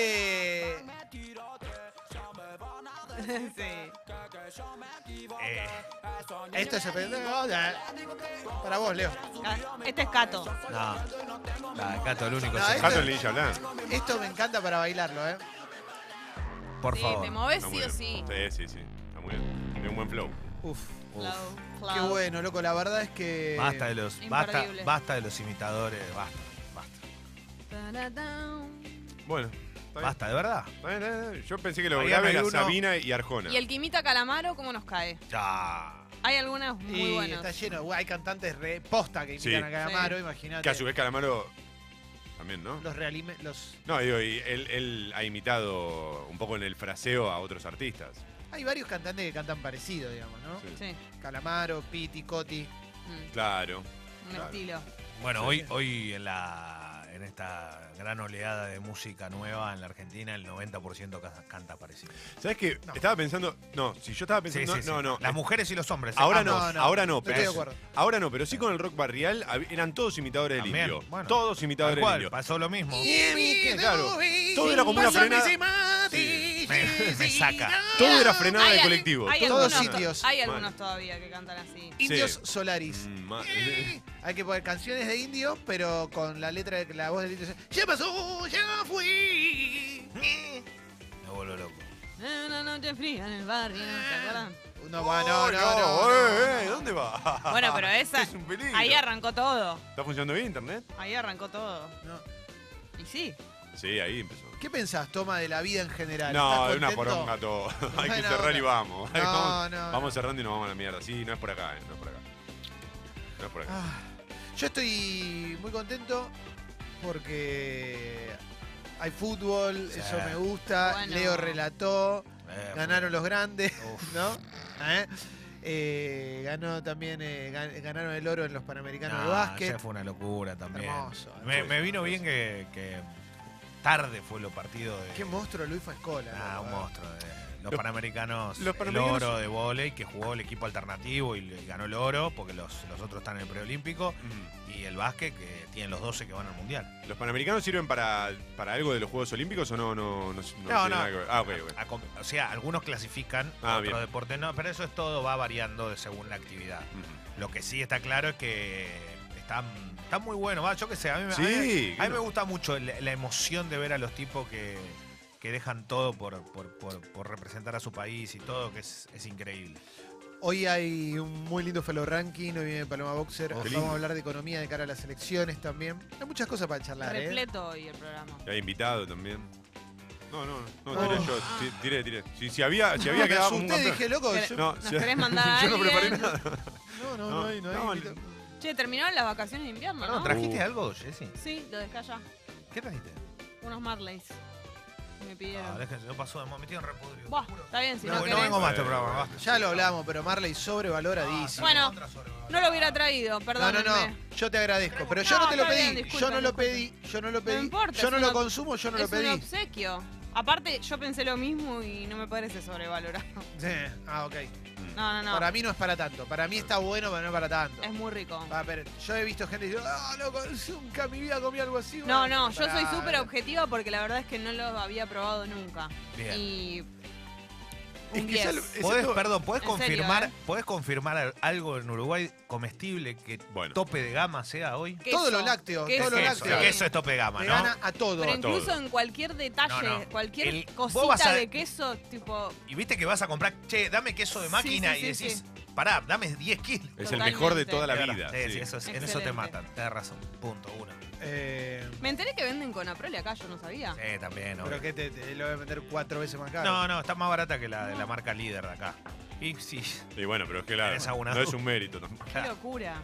Sí. Eh, Esto es Para vos, Leo. Ah, Este es Cato. no. Nah, el gato, el único. No, sí. esto- Gato en Ninja Blanc. Esto me encanta para bailarlo, ¿eh? Por sí, favor. te moves Está muy sí o bien. sí. Sí, sí, sí. Está muy bien. Tiene un buen flow. Uf, Clau, qué Clau. bueno, loco. La verdad es que. Basta de los, basta, imperdible. basta de los imitadores, basta, basta, Taratán. Bueno. está bien. basta, de verdad. Está bien, está bien, está bien. Yo pensé que lo Mañana graben hay a uno. Sabina y Arjona. Y el que imita a Calamaro, ¿cómo nos cae? Ya. Hay algunas muy y está buenas. lleno. Uy, Hay cantantes re posta que imitan Sí. a Calamaro, Sí. imagínate. Que a su vez Calamaro también, ¿no? Los realime. Los... No, digo, y él, él ha imitado un poco en el fraseo a otros artistas. Hay varios cantantes que cantan parecido, digamos, ¿no? Sí. Sí, Calamaro, Piti, Coti. mm, Claro. un estilo. Bueno, hoy, hoy en la en esta gran oleada de música nueva en la Argentina, el 90% ca- canta parecido. ¿Sabes qué? No. Estaba pensando. No, si yo estaba Sí, pensando. sí, sí. no, no. Las mujeres y los hombres. ¿eh? Ahora Ah, no, ahora no, pero estoy de es- acuerdo. Ahora no, pero sí con el rock barrial hab- eran todos imitadores del También, indio. bueno. todos Tal imitadores del cual, indio. pasó lo mismo. que, claro, todo era como una Pásame frenada. ese mate, Sí. Me- me saca. Todo era frenada Hay de al- colectivo. Hay todo- Todos algunos, sitios. Hay algunos todavía que cantan así. Indios Sí. Solaris. Mm, ma- Hay que poner canciones de indio, pero con la letra, de- la voz del indio. Ya pasó, ya fui. Mm. Me vuelvo loco. Eh, Una noche fría en el barrio, ¿se acuerdan? No, va, no, no, no, eh, no, eh, no. ¿Dónde va? Bueno, pero esa- Es un peligro. Ahí arrancó todo. ¿Está funcionando bien internet? Ahí arrancó todo. No. Y sí. Sí, ahí empezó. ¿Qué pensás, Toma, de la vida en general? No, ¿Estás es una contento? poronga todo. Hay que Bueno, cerrar y bueno. vamos. vamos, No, no. vamos cerrando y nos vamos a la mierda. Sí, no es por acá, eh, no es por acá. No es por acá. Ah, Yo estoy muy contento porque hay fútbol, Sí. eso me gusta. Bueno. Leo relató, Eh, ganaron los grandes, Uf. ¿no? ¿Eh? Eh, ganó también, eh, gan- ganaron el oro en los Panamericanos Nah, de básquet. ayer fue una locura también. Hermoso, ¿eh? Me, hermoso. me vino bien que, que tarde fue los partidos de. Qué monstruo Luis Fascola. Ah, loco, un eh. monstruo. de- los, Los- panamericanos, los Panamericanos- el oro de volei que jugó el equipo alternativo y, le- ganó el oro porque los, los otros están en el preolímpico Ah. Mm. y el básquet que tienen los 12 que van al mundial. ¿Los panamericanos sirven para, para algo de los Juegos Olímpicos o no? No, no, no tiene nada que ver? Ah, ok, ok. A com- o sea, algunos clasifican, Ah, otros bien. deportes no, pero eso es todo va variando de según la actividad. Mm. Lo que sí está claro es que está, está muy bueno. Va, yo qué sé, a mí, me- a Sí, mí- a mí, claro. me gusta mucho el- la emoción de ver a los tipos que, que dejan todo por, por- por- por representar a su país y todo, que es, es increíble. Hoy hay un muy lindo fellow ranking, hoy viene Paloma Boxer. Oh, qué Vamos lindo. a hablar de economía de cara a las elecciones también. Hay muchas cosas para charlar, ¿eh? Repleto hoy el programa. Y Hay invitado también. No, no, no, Oh. tiré yo, ti- tiré, tiré. Si, si había, si había me quedado un asusté, campeón. dije, loco, yo- no, No, ¿Nos si- querés mandar a yo no preparé alguien? nada. no, no, no, hay, no, hay no, invitado. Che, terminaron las vacaciones de invierno, Ah. Perdón, ¿no? ¿Trajiste algo, Jessy? Sí, lo dejé allá. ¿Qué trajiste? Unos Marleys. Me No, pidieron. déjense, yo paso, me metí en repudrio. Buah, te juro. está bien, si No, no, no querés. vengo más a este programa, basta. Ya lo hablamos, pero Marley sobrevaloradísimo. Bueno, Contra sobre- No lo hubiera traído, Ah, No, perdón. no, no, yo te agradezco, pero yo No, no te lo está bien, pedí, disculpen, yo no lo pedí, disculpen. yo no lo pedí, importa, yo no es lo una- consumo, yo no lo es un pedí. obsequio. Aparte, yo pensé lo mismo y no me parece sobrevalorado. Sí, Ah, ok. No, no, no. Para mí no es para tanto, para mí está bueno, pero no es para tanto. Es muy rico. Ah, pero yo he visto gente que dice, ah, loco, nunca en mi vida comí algo así. No, bueno, no, yo soy pará. súper objetiva porque la verdad es que no lo había probado nunca. Bien. Y. Es Un que ya 10. lo- es ¿Podés, esto- perdón, ¿podés en serio, confirmar, ¿eh? ¿podés confirmar al- algo en Uruguay comestible que Bueno. tope de gama sea hoy? Queso, Todo lo lácteo, queso, todo lo El lácteo. queso, el sí. queso es tope de gama, Le ¿no? gana a todo. Pero a todo. incluso en cualquier detalle, No, no. cualquier El- vos vas cosita a- de queso, tipo. Y viste que vas a comprar, che, dame queso de Sí, máquina sí, y sí, decís, pará, dame 10 kilos. Es el Totalmente. mejor de toda la Claro, vida. sí, sí. sí, eso es- en eso Excelente. te matan, tenés razón. Punto, uno. Eh, Me enteré que venden con Aprole acá, yo no sabía. Sí, también, obvio. pero que te, te lo voy a vender cuatro veces más caro. No, no, está más barata que la de la marca líder de acá. Y sí, Y bueno, pero es que claro, Tenés abonado. no es un mérito tampoco. Qué locura.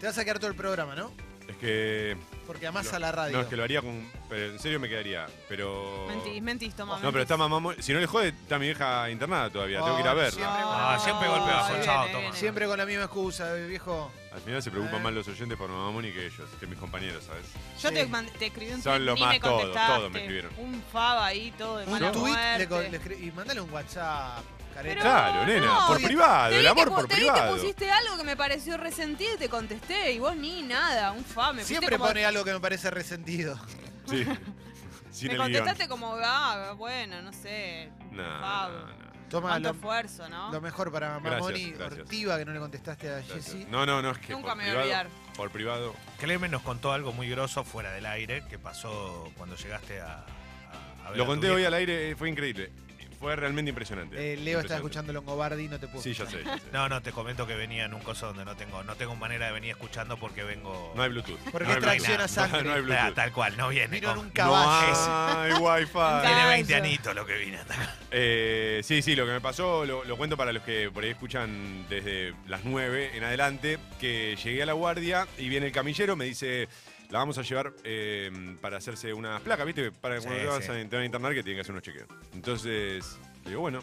Te vas a quedar todo el programa, ¿no? Es que. Porque además Lo- a la radio. No, es que lo haría con. Pero en serio me quedaría. Pero. Mentís, mentís, toma. No, pero está mamá. mu- Si no le jode, está mi vieja internada todavía. Tengo que ir a Ay, ver. siempre con- Ah, siempre golpe bajo, chao, toma. Siempre con la misma excusa, eh, viejo. Al final se preocupan Eh. más los oyentes por mamá Moni que ellos, que mis compañeros, ¿sabes? Yo te, Sí. mandé- te escribí un Son tweet, lo ni más me todo, todo me contestaste. escribieron. Un fava ahí, todo de Un mala tuit, le, co- muerte. le escri- y mandale un WhatsApp, careta. Pero- claro, nena, no, por te- privado, Te vi el que Ah, amor pu- por te vi privado. que pusiste algo que me pareció resentido y te contesté y vos ni nada, un fa, me pusiste Siempre como- pone algo que me parece resentido. Sí. Sin me el guión. contestaste como, ah, bueno, no sé, No, Fab. no, no. Toma cuánto lo, esfuerzo, ¿no? lo mejor para mamá Gracias, Moni gracias. Ortiva, que no le contestaste a Gracias. Jessy. No, no, no, es que Nunca por me voy a privado, olvidar. Por privado. Clemen nos contó algo muy groso fuera del aire que pasó cuando llegaste a, a- a ver. Lo a tu conté hoy vieja. al aire, eh, fue increíble. Fue realmente impresionante. Eh, Leo Impresionante. está escuchando Longobardi, no te puedo. Sí, ya sé, ya sé. No, no, te comento que venía en un coso donde no tengo, no tengo manera de venir escuchando porque vengo. No hay Bluetooth. Porque no hay tracciona Bluetooth. sangre. No hay Ah, Bluetooth. tal cual, no viene. Vino en con- un No caballo. hay Wi-Fi. Tiene Caballo. 20 anitos lo que vine hasta acá. Eh, sí, sí, lo que me pasó, lo, lo cuento para los que por ahí escuchan desde las 9 en adelante, que llegué a la guardia y viene el camillero, me dice, la vamos a llevar eh, para hacerse unas placas, ¿viste? Para cuando Sí, te vas sí. a internar, a internar que tienen que hacer unos chequeos. Entonces, le digo, bueno,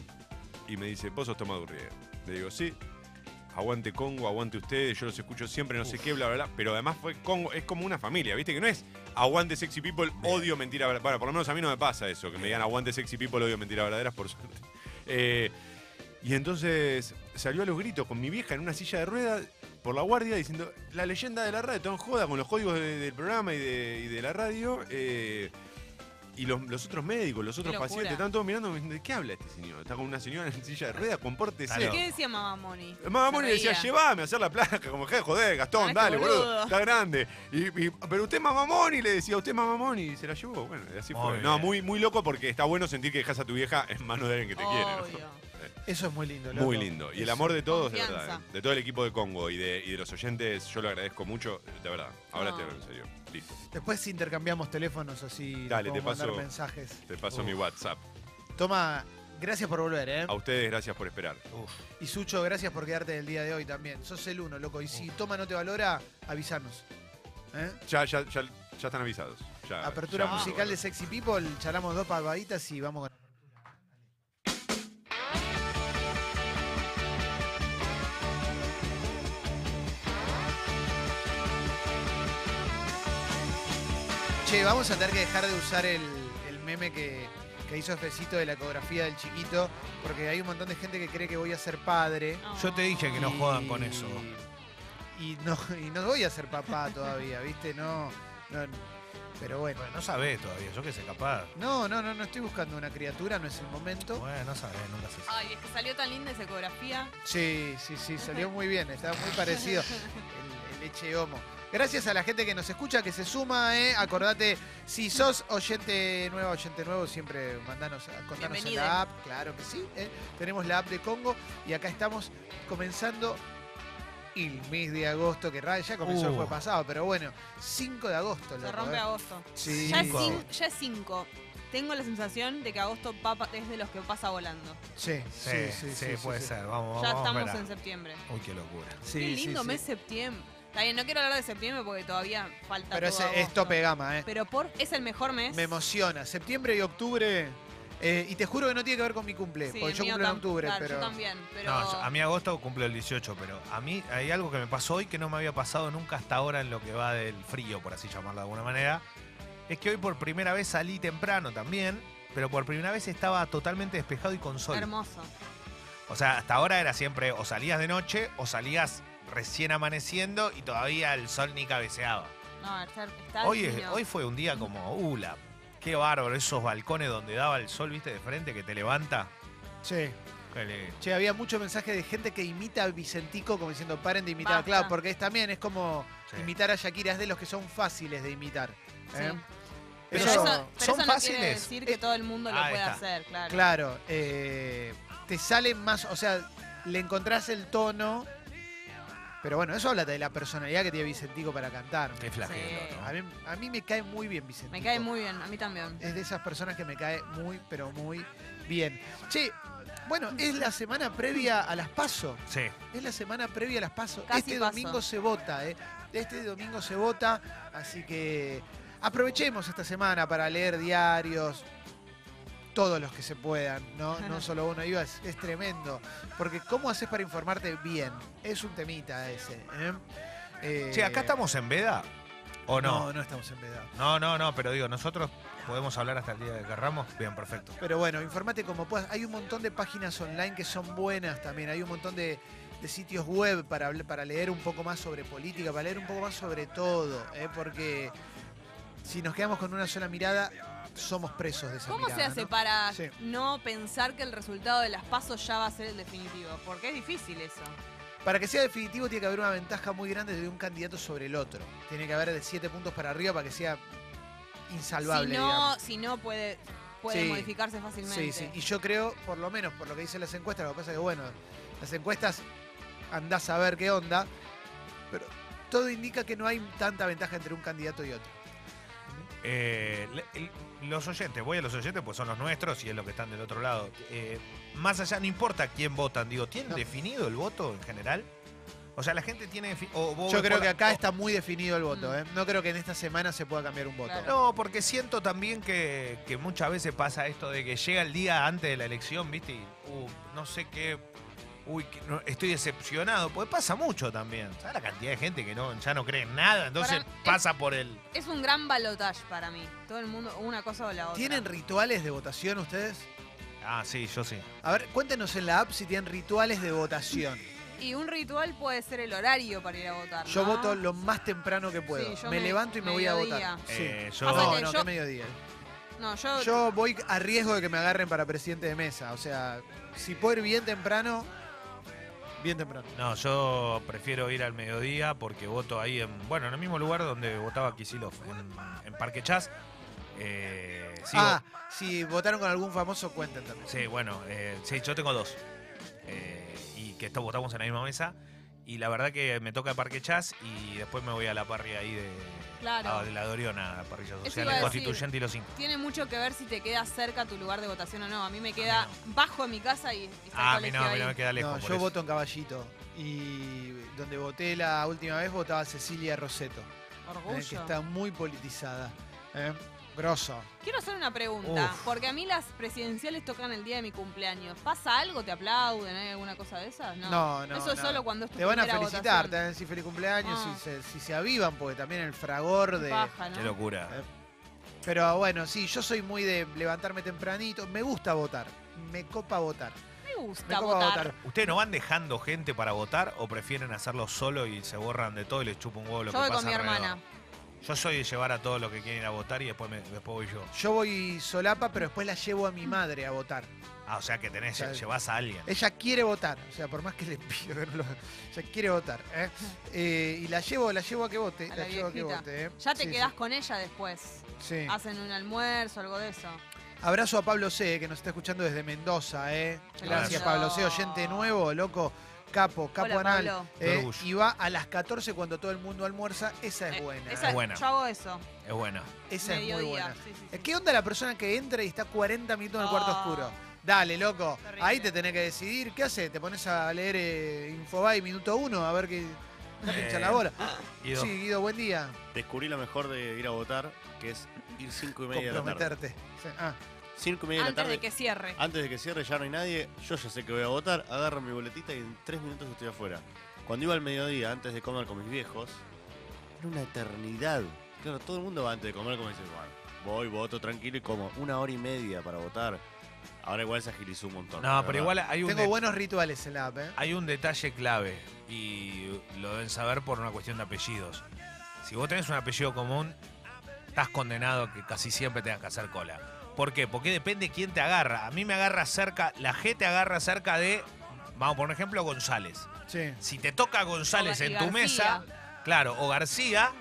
y me dice, vos sos Tomadurriega. Le digo, sí. Aguante Congo, aguante ustedes, yo los escucho siempre, no sé qué, bla, bla, bla. Pero además fue Congo, es como una familia, ¿viste? Que no es aguante sexy people, odio mentira verdadera. Bueno, por lo menos a mí no me pasa eso, que me digan aguante sexy people, odio mentiras verdaderas, por suerte. Eh, y entonces salió a los gritos con mi vieja en una silla de ruedas por la guardia diciendo la leyenda de la radio, tan joda con los códigos de- del programa y de, y de la radio. eh, y los, los otros médicos, los otros locura. pacientes, estaban todos mirando, diciendo, ¿de qué habla este señor? Está con una señora en silla de ruedas, compórtese. Claro. ¿Qué decía mamá Moni? Eh, Mamá Moni le Se decía, reía. llévame a hacer la placa, como que joder, Gastón, Ah, dale, este boludo. boludo. está grande. Y, y- pero usted es mamá Moni, le decía, usted es mamá Moni, y se la llevó. Bueno, y así Muy fue. bien. No, muy, muy loco porque está bueno sentir que dejas a tu vieja en manos de alguien que te quiere. ¿no? Obvio. Eso es muy lindo, loco. Muy lindo. Y el amor de todos, de Confianza. verdad. ¿eh? De todo el equipo de Congo y de, y de los oyentes, yo lo agradezco mucho, de verdad. Ahora No. te hablo en serio. Listo. Después intercambiamos teléfonos así. nos Dale, te podemos mandar paso- mensajes. Te paso Uh. mi WhatsApp. Toma, gracias por volver, ¿eh? A ustedes, gracias por esperar. Y Sucho, gracias por quedarte del día de hoy también. Sos el uno, loco. Y si Toma no te valora, avisanos. ¿Eh? Ya, ya, ya, ya están avisados. Ya- Apertura Ah, ya me musical acuerdo. de Sexy People, charlamos dos pavaditas y vamos con. Che, vamos a tener que dejar de usar el, el meme que, que hizo Fecito de la ecografía del chiquito, porque hay un montón de gente que cree que voy a ser padre. Yo te dije que no Y- jodan con eso. Y no, y no voy a ser papá todavía, ¿viste? No, no. Pero bueno. Bueno, no sabés todavía, yo que sé, capaz. No, no, no, no estoy buscando una criatura, no es el momento. Bueno, no sabés, nunca se sabe. Ay, es que salió tan linda esa ecografía. Sí, sí, sí, salió muy bien, estaba muy parecido el, el leche homo. Gracias a la gente que nos escucha, que se suma, ¿eh? Acordate, si sos oyente nuevo, oyente nuevo, siempre mandanos, a- contanos en Bienvenida. la app, claro que sí. ¿eh? Tenemos la app de Congo y acá estamos comenzando el mes de agosto, que ra- ya comenzó el Uh. jueves pasado, pero bueno, 5 de agosto. Se loco, rompe ¿eh? agosto. Sí. Ya es, Cinco. cin- ya es cinco. Tengo la sensación de que agosto papa- es de los que pasa volando. Sí, Sí, sí, puede sí. ser. Vamos, ya vamos. estamos verá. en septiembre. Uy, qué locura. Sí, Qué sí, lindo sí. mes septiembre. Está bien, no quiero hablar de septiembre porque todavía falta Pero todo ese es agosto. tope gama, ¿eh? Pero por, es el mejor mes. Me emociona. Septiembre y octubre. eh, y te juro que no tiene que ver con mi cumple, Sí, porque el yo mío cumplo en tam- octubre, claro, pero. Yo también, pero... No, yo- a mí agosto cumple el 18, pero a mí hay algo que me pasó hoy que no me había pasado nunca hasta ahora en lo que va del frío, por así llamarlo de alguna manera. Es que hoy por primera vez salí temprano también, pero por primera vez estaba totalmente despejado y con sol. Hermoso. O sea, hasta ahora era siempre o salías de noche o salías recién amaneciendo y todavía el sol ni cabeceaba. No, está, está Hoy, es- divino. hoy fue un día como, uh, la- qué bárbaro, esos balcones donde daba el sol, viste, de frente, que te levanta. Che, Que le- che, había mucho mensaje de gente que imita a Vicentico como diciendo paren de imitar. Basta. Claro, porque es, también es como Sí. imitar a Shakira, es de los que son fáciles de imitar. Sí. ¿eh? Pero Eso- eso, son pero eso no quiere fáciles. decir que Eh, todo el mundo lo ahí pueda está. hacer, claro. Claro, eh, te sale más, o sea, le encontrás el tono. Pero bueno, eso habla de la personalidad que tiene Vicentico para cantar. Qué flagelo, Sí. ¿no? A mí, a mí me cae muy bien Vicentico. Me cae muy bien, a mí también. Es de esas personas que me cae muy, pero muy bien. Che, Bueno, es la semana previa a las PASO. Sí. Es la semana previa a las PASO. Casi este PASO. domingo se vota, ¿eh? Este domingo se vota, así que aprovechemos esta semana para leer diarios, todos los que se puedan, ¿no? No solo uno. Iba, es, es tremendo. Porque ¿cómo haces para informarte bien? Es un temita ese, ¿eh? Eh, Che, ¿acá estamos en veda? ¿O No, no? no estamos en veda. No, no, no, pero digo, nosotros podemos hablar hasta el día que querramos. Bien, perfecto. Pero bueno, informate como puedas. Hay un montón de páginas online que son buenas también. Hay un montón de, de sitios web para, habl- para leer un poco más sobre política, para leer un poco más sobre todo. ¿eh? Porque si nos quedamos con una sola mirada, somos presos de esa ¿Cómo se mirada, hace ¿no? para Sí. no pensar que el resultado de las pasos ya va a ser el definitivo? Porque es difícil eso. Para que sea definitivo tiene que haber una ventaja muy grande de un candidato sobre el otro. Tiene que haber de siete puntos para arriba para que sea insalvable. si no, digamos. si no puede, puede Sí. modificarse fácilmente. Sí, sí. Y yo creo, por lo menos por lo que dicen las encuestas, lo que pasa es que, bueno, las encuestas andás a ver qué onda, pero todo indica que no hay tanta ventaja entre un candidato y otro. Eh, le- el- los oyentes, voy a los oyentes, pues son los nuestros y es los que están del otro lado. Eh, más allá, no importa quién votan, digo, ¿tienen No. definido el voto en general? O sea, la gente tiene. defi- o vos Yo ves creo por- que acá o- está muy definido el voto, Mm. ¿eh? No creo que en esta semana se pueda cambiar un voto. Claro. No, porque siento también que, que muchas veces pasa esto de que llega el día antes de la elección, ¿viste? Y, uh, no sé qué. Uy, que no- estoy decepcionado. Pues pasa mucho también. ¿Sabes la cantidad de gente que no, ya no cree en nada? Entonces Para- pasa por el. Es un gran balotaje para mí. Todo el mundo, una cosa o la otra. ¿Tienen rituales de votación ustedes? Ah, sí, yo sí. A ver, cuéntenos en la app si tienen rituales de votación. Y un ritual puede ser el horario para ir a votar. Yo ¿no? voto lo más temprano que puedo. Sí, yo me, me- levanto y me voy a mediodía. votar. Eh, Sí. yo- Pasa No, que no, yo- qué mediodía. No, yo, Yo voy a riesgo de que me agarren para presidente de mesa. O sea, si puedo ir bien temprano, bien temprano. No, yo prefiero ir al mediodía porque voto ahí en. Bueno, en el mismo lugar donde votaba Kisilov, en, en Parque Chas. Eh, sigo- ah, si votaron con algún famoso, cuenten también. Sí, bueno, eh, sí, yo tengo dos. Eh, y que esto votamos en la misma mesa. Y la verdad que me toca Parque Chas y después me voy a la parrilla ahí de, Claro. a- de la Doriona, la parrilla social, iba a decir. el constituyente y los cinco. tiene mucho que ver si te queda cerca tu lugar de votación o no. A mí me queda A mí bajo en mi casa y está Ah, el mira, colegio no, a mí no ahí. me queda lejos. no, por yo eso. voto en Caballito. Y donde voté la última vez votaba Cecilia Roseto, eh, que Orgullo. está muy politizada. eh, Grosso. Quiero hacer una pregunta, Uf. porque a mí las presidenciales tocan el día de mi cumpleaños. ¿Pasa algo? ¿Te aplauden? ¿Hay alguna cosa de esas? No. No, no. Eso es no. solo cuando es tu Te van a primera felicitar, te votación. van a decir feliz cumpleaños Ah. si, se, si se avivan, porque también el fragor de. Paja, ¿no? Qué locura. Eh, Pero bueno, sí, yo soy muy de levantarme tempranito. Me gusta votar. Me copa votar. Me Me gusta copa votar. votar. ¿Ustedes no van dejando gente para votar o prefieren hacerlo solo y se borran de todo y les chupa un huevo Yo lo que voy pasa con mi alrededor? hermana. Yo soy de llevar a todos los que quieren ir a votar y después, me- después voy yo. Yo voy solapa, pero después la llevo a mi madre a votar. Ah, o sea que tenés, Claro. llevas a alguien. Ella quiere votar, o sea, por más que le pido que no lo haga, ella quiere votar. ¿eh? Eh, y la llevo, la llevo a que vote, A la, la llevo a que viejita. vote. ¿eh? Ya te Sí, quedás con ella después. sí, sí. Hacen un almuerzo, algo de eso. Abrazo a Pablo C, que nos está escuchando desde Mendoza, ¿eh? Gracias, Abrazo. Pablo C, oyente nuevo, loco, capo, capo Hola, anal. Pablo. Qué ¿eh? orgullo. y va a las 14 cuando todo el mundo almuerza, esa es Eh, buena. esa- Es ¿eh? buena. Yo hago eso. Es bueno. Esa es muy mediodía. buena. Sí, sí, sí. ¿Qué onda la persona que entra y está 40 minutos en el cuarto Ah. oscuro? Dale, loco. Terrible. Ahí te tenés que decidir. ¿Qué haces? ¿Te pones a leer eh, Infobae minuto uno? A ver qué. No te hincha la bola. Eh, ah, Guido. Sí, Guido, buen día. Descubrí la mejor de ir a votar, que es ir 5 y media de la tarde. Comprometerte. Sí, ah. 5 y media de la Antes tarde. de que cierre. Antes de que cierre ya no hay nadie, yo ya sé que voy a votar, agarro mi boletita y en tres minutos estoy afuera. Cuando iba al mediodía, antes de comer con mis viejos, era una eternidad. Claro, todo el mundo va antes de comer como dice, bueno, voy, voto tranquilo y como una hora y media para votar. Ahora igual se agilizó un montón. la No, pero verdad. igual hay un, Tengo de- buenos rituales en la app, ¿eh? hay un detalle clave y lo deben saber por una cuestión de apellidos. Si vos tenés un apellido común, estás condenado a que casi siempre tengas que hacer cola. ¿Por qué? Porque depende quién te agarra. A mí me agarra cerca, la G te agarra cerca de, vamos por un ejemplo, González. Sí. Si te toca González O- y en tu García. mesa, claro, o García,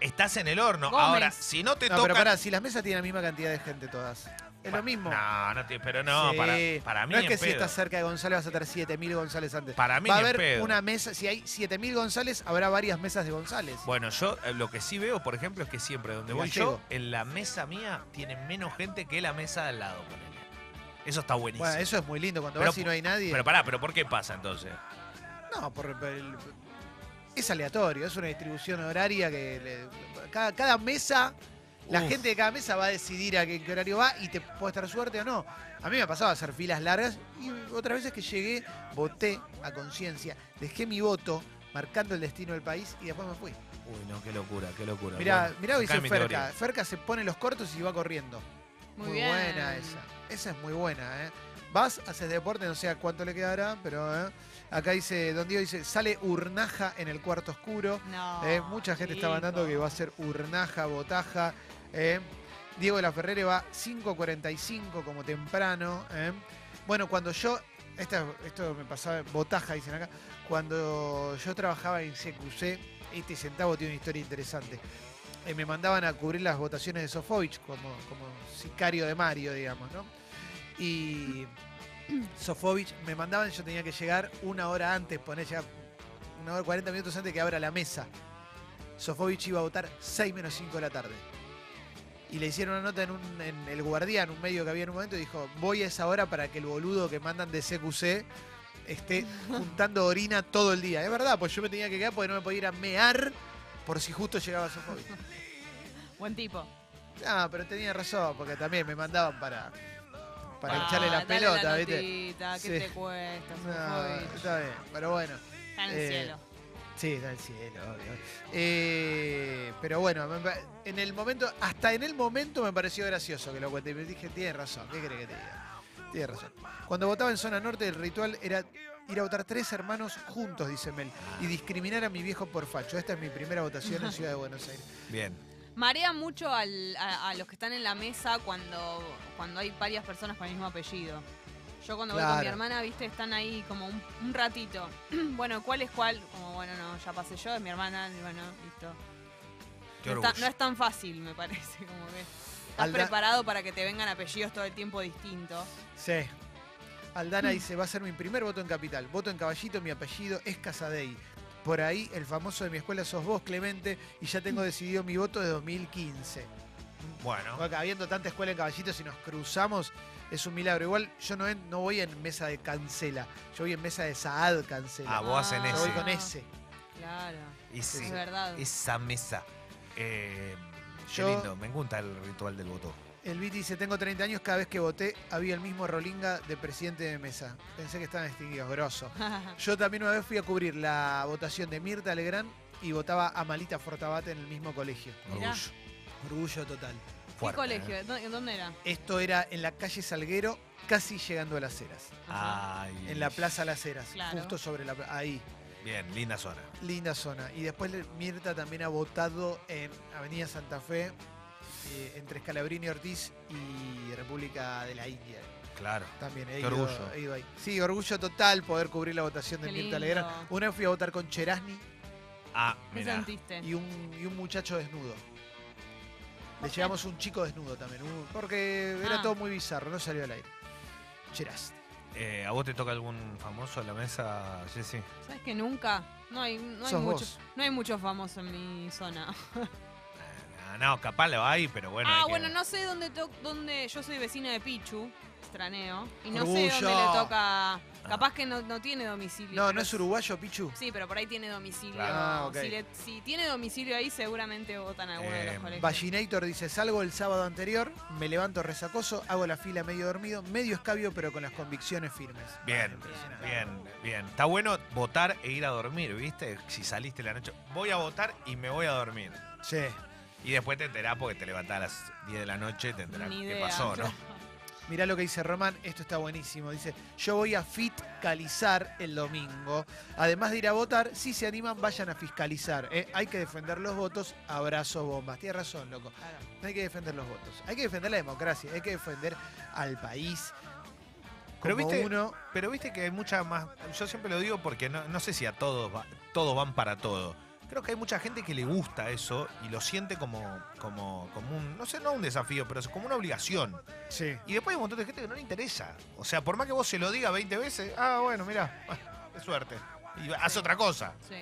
estás en el horno. Gómez. Ahora, si no te No, toca... pero pará, si las mesas tienen la misma cantidad de gente todas. Es lo mismo. No, no te- pero no, Sí. para, para mí No es que en si pedo. estás cerca de González vas a tener 7.000 González antes. Para mí Va a ni en haber pedo. una mesa, si hay 7.000 González, habrá varias mesas de González. Bueno, yo eh, lo que sí veo, por ejemplo, es que siempre donde El voy gallego. yo, en la mesa mía tiene menos gente que la mesa de al lado, ponele. Eso está buenísimo. Bueno, eso es muy lindo cuando Pero vas y po- no hay nadie. Pero pará, pero ¿por qué pasa entonces? No, por, por el- es aleatorio, es una distribución horaria que le- cada, cada mesa, la Uf. gente de cada mesa va a decidir a qué, qué horario va y te puede estar suerte o no. A mí me ha pasado hacer filas largas y otras veces que llegué, voté a conciencia, dejé mi voto marcando el destino del país y después me fui. Uy, no, qué locura, qué locura. Mirá, Bueno, mirá, lo acá dice mi Ferca. teoría. Ferca se pone los cortos y va corriendo. Muy bien. buena esa. Esa es muy buena, ¿eh? Vas, haces deporte, no sé a cuánto le quedará, pero ¿eh? acá dice, Don Diego dice, sale urnaja en el cuarto oscuro. No. ¿eh? Mucha gente está chico. mandando que va a ser urnaja, botaja. ¿eh? Diego de la Ferrere va 5.45 como temprano. ¿eh? Bueno, cuando yo, esta- esto me pasaba, botaja dicen acá, cuando yo trabajaba en CQC, este centavo tiene una historia interesante. Eh, me mandaban a cubrir las votaciones de Sofovich como, como sicario de Mario, digamos, ¿no? Y Sofovich me mandaban, yo tenía que llegar una hora antes, poner ya una hora 40 minutos antes que abra la mesa. Sofovich iba a votar 6 menos 5 de la tarde. Y le hicieron una nota en, un- en El Guardián, un medio que había en un momento, y dijo, voy a esa hora para que el boludo que mandan de CQC esté juntando orina todo el día. Es verdad, pues yo me tenía que quedar porque no me podía ir a mear por si justo llegaba Sofovich. Buen tipo. Ah, pero tenía razón, porque también me mandaban para, para Ah, hincharle las dale pelotas, la ¿viste? notita, ¿Qué Sí. te cuesta? No, Sofovich? está bien, pero bueno. Está en el Eh, cielo. Sí, está el cielo, obvio. Eh, pero bueno, me pa- en el momento, hasta en el momento me pareció gracioso que lo cuente. Me dije, tiene razón, ¿qué crees que te diga? Tiene razón. Cuando votaba en zona norte, el ritual era ir a votar tres hermanos juntos, dice Mel, y discriminar a mi viejo por facho. Esta es mi primera votación en Ciudad de Buenos Aires. Bien. Marea mucho al- a, a los que están en la mesa cuando, cuando hay varias personas con el mismo apellido. Yo cuando voy con mi Claro. hermana, viste, están ahí como un, un ratito. bueno, ¿cuál es cuál? Como, bueno, no, ya pasé yo, es mi hermana, y bueno, listo. Qué no, está- orgullo. no es tan fácil, me parece, como que estás Alda- preparado para que te vengan apellidos todo el tiempo distintos. Sí. Aldana dice, va a ser mi primer voto en Capital. Voto en Caballito, mi apellido es Casadei. Por ahí, el famoso de mi escuela sos vos, Clemente, y ya tengo decidido mi voto de 2015. Bueno. Acá, habiendo tanta escuela en Caballito, si nos cruzamos, es un milagro. Igual yo no, en- no voy en mesa de cancela, yo voy en mesa de Saad cancela. Ah, vos hacen Ah. yo voy ese. con ese. Claro, Y sí, es verdad. esa mesa. Eh, Yo- Qué lindo, me encanta el ritual del voto. El Viti dice, tengo 30 años, cada vez que voté había el mismo Rolinga de presidente de mesa. Pensé que estaban extinguidos, grosso. Yo también una vez fui a cubrir la votación de Mirta Legrand y votaba a Malita Fortabate en el mismo colegio. Mirá. Orgullo. Orgullo total. ¿Qué Fuerte, colegio? ¿eh? ¿Dó- ¿En dónde era? Esto era en la calle Salguero, casi llegando a Las Heras. Ajá. Ay, En la Plaza Las Heras, Claro. justo sobre la... pla- Ahí, Bien, linda zona. linda zona. Y después le- Mirta también ha votado en Avenida Santa Fe, eh, entre Scalabrini Ortiz y República de la India. Claro. También, he Qué ido- orgullo. he ido ahí. Sí, orgullo total poder cubrir la votación de Qué lindo. Mirta Legrand. Una vez fui a votar con Cherasny Ah, ¿Qué mira. sentiste? y un, y un muchacho desnudo. Le llevamos un chico desnudo también, un- porque era Ah. todo muy bizarro, no salió al aire. Cheras. eh, ¿A vos te toca algún famoso en la mesa, Jessy? ¿Sabes que nunca? No hay, no hay Sos mucho- vos. no hay muchos famosos en mi zona. Ah, No, capaz lo hay, pero bueno. ah, hay que- bueno, no sé dónde to- dónde yo soy vecina de Pichu, extraneo, y no sé Orgullo. dónde le Ah. toca. Capaz que no, no tiene domicilio. No, pero no es uruguayo, Pichu. Sí, pero por ahí tiene domicilio. Claro. Ah, ok. si, le- si tiene domicilio ahí, seguramente votan a alguno de Eh, los colegios. Vaginator dice, salgo el sábado anterior, me levanto resacoso, hago la fila medio dormido, medio escabio, pero con las convicciones firmes. Bien, Impresionante. bien, bien. Está bueno votar e ir a dormir, ¿viste? Si saliste la noche, voy a votar y me voy a dormir. Sí. Y después te enterás porque te levantás a las 10 de la noche y te enterás Ni qué idea, pasó, ¿no? Mirá lo que dice Román, esto está buenísimo. Dice, yo voy a fiscalizar el domingo. Además de ir a votar, si se animan, vayan a fiscalizar. ¿eh? Hay que defender los votos, abrazo bombas. Tienes razón, loco. No hay que defender los votos. Hay que defender la democracia, hay que defender al país. Como Pero viste- uno. Pero viste que hay mucha más. Yo siempre lo digo porque no, no sé si a todos va- todos van para todo. Creo que hay mucha gente que le gusta eso y lo siente como, como, como un, no sé, no un desafío, pero es como una obligación. Sí. Y después hay un montón de gente que no le interesa. O sea, por más que vos se lo diga 20 veces, ah, bueno, mirá, ah, qué suerte. Y hace otra cosa. Sí.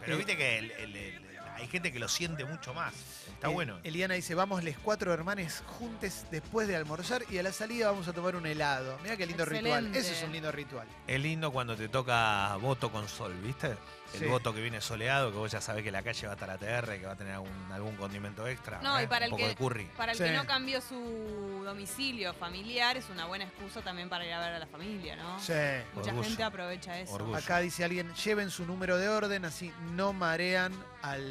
Pero Sí. viste que el- el- el- hay gente que lo siente mucho más. Está Eh, bueno. Eliana dice, vamos les cuatro hermanes juntes después de almorzar y a la salida vamos a tomar un helado. Mira qué lindo ritual. Excelente. Eso es un lindo ritual. Es lindo cuando te toca voto con sol, ¿viste? El Sí. voto que viene soleado, que vos ya sabés que la calle va a estar ATR, que va a tener algún, algún condimento extra. No, y ¿eh? para Un el poco que- de curry. Para el Sí. que no cambió su domicilio familiar, es una buena excusa también para ir a ver a la familia, ¿no? Sí. Mucha Orgullo. gente aprovecha eso. Orgullo. Acá dice alguien, lleven su número de orden, así no marean al,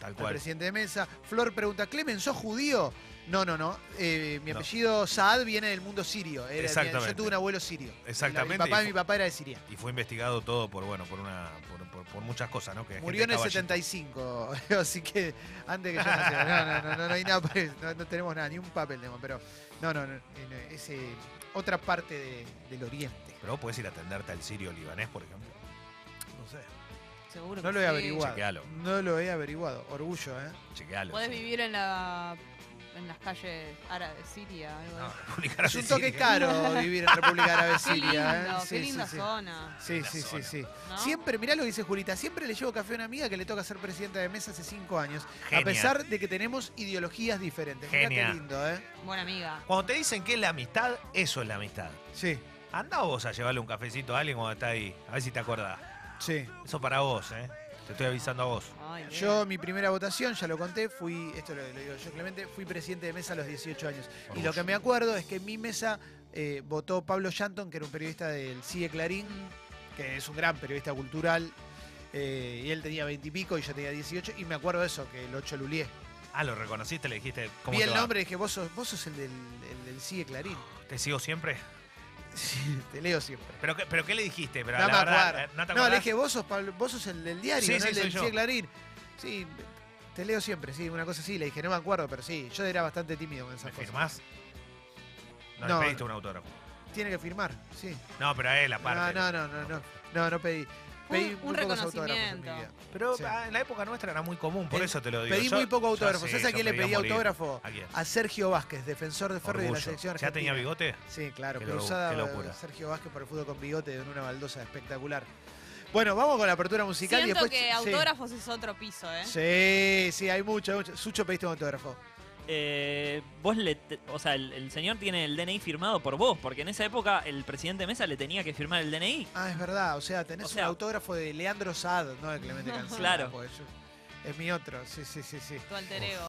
Tal al cual. presidente de mesa. Flor pregunta, Clemen, ¿sos judío? No, no, no. Eh, mi No. apellido Saad viene del mundo sirio. Era- Exactamente. Yo tuve un abuelo sirio. Exactamente, Mi papá, y- mi papá era de Siria. Y fue investigado todo por, bueno, por una. por, por- por muchas cosas, ¿no? Que Murió en el gente 75, así que antes que yo naciera. No, no, no, no, no hay nada por eso, no, no tenemos nada, ni un papel tenemos, pero no, no, no, eh, no, es eh, otra parte de- del oriente. Pero vos podés ir a atenderte al sirio libanés, por ejemplo. No sé. Seguro No que lo he sí. averiguado. Chequealo. No lo he averiguado, orgullo, ¿eh? Chequealo. Podés sí. vivir en la en las calles árabes, Siria, algo No, así. República Es un toque Siria. caro vivir en República Árabe Ah, Qué Siria, lindo, ¿eh? qué linda sí, zona. sí, La sí, sí, zona. sí. ¿no? Siempre, mirá lo que dice Julita, siempre le llevo café a una amiga que le toca ser presidenta de mesa hace cinco años, Genia. a pesar de que tenemos ideologías diferentes. Mirá Genia. qué lindo, ¿eh? Buena amiga. Cuando te dicen que es la amistad, eso es la amistad. Sí, Andá vos a llevarle un cafecito a alguien cuando está ahí. A ver si te acordás. sí. Eso para vos, ¿eh? Te estoy avisando a vos. Ay, bien. Yo, mi primera votación, ya lo conté, fui, esto lo, lo digo yo Clemente, fui presidente de mesa a los 18 años. Y lo que me acuerdo es que en mi mesa eh, votó Pablo Shanton, que era un periodista del CIE Clarín, Mm. que es un gran periodista cultural. eh, y él tenía 20 y pico y yo tenía 18. Y me acuerdo eso, que lo cholulié. Ah, lo reconociste, le dijiste. ¿Cómo Vi te el va? nombre y dije, vos sos, vos sos el del, el del CIE Clarín. ¿Te sigo siempre? Sí, te leo siempre. ¿Pero qué, pero qué le dijiste? Pero No la me verdad, acuerdo. eh, ¿No No, te acordás? le dije, vos sos, Pablo- vos sos el del diario, Sí, no sí, el soy del yo. CIE Clarín. Sí, te leo siempre, sí, una cosa así. Le dije, no me acuerdo, pero sí, yo era bastante tímido con ¿Me esas cosas. firmás? No, No. le pediste un autógrafo. Tiene que firmar, sí. No, pero a él No, aparte. no, no, no, no, no, no pedí. Pedí Un- muy un pocos autógrafos en mi reconocimiento. vida. Pero Sí. ah, en la época nuestra era muy común, por Pedí- eso te lo digo. Pedí Yo- muy poco yo autógrafo. sí, ¿Sabes a yo quién le pedí a pedí morir. autógrafo? ¿A quién? A Sergio Vázquez, defensor de Ferro y de la Orgullo. selección ¿Ya argentina. tenía bigote? Sí, claro, Qué lo- cruzada qué locura. Sergio Vázquez por el fútbol con bigote en una baldosa espectacular. Bueno, vamos con la apertura musical Siento y después. que sí. autógrafos es otro piso, ¿eh? Sí, sí, hay mucho, hay mucho. Sucho pediste un autógrafo. Eh, vos le. te- o sea, el, el señor tiene el DNI firmado por vos, porque en esa época el presidente Mesa le tenía que firmar el DNI. Ah, es verdad, o sea, tenés O sea- un autógrafo de Leandro Saad, no de Clemente Cancela. Claro. porque yo- es mi otro, sí, sí, sí, sí. Tu alter ego.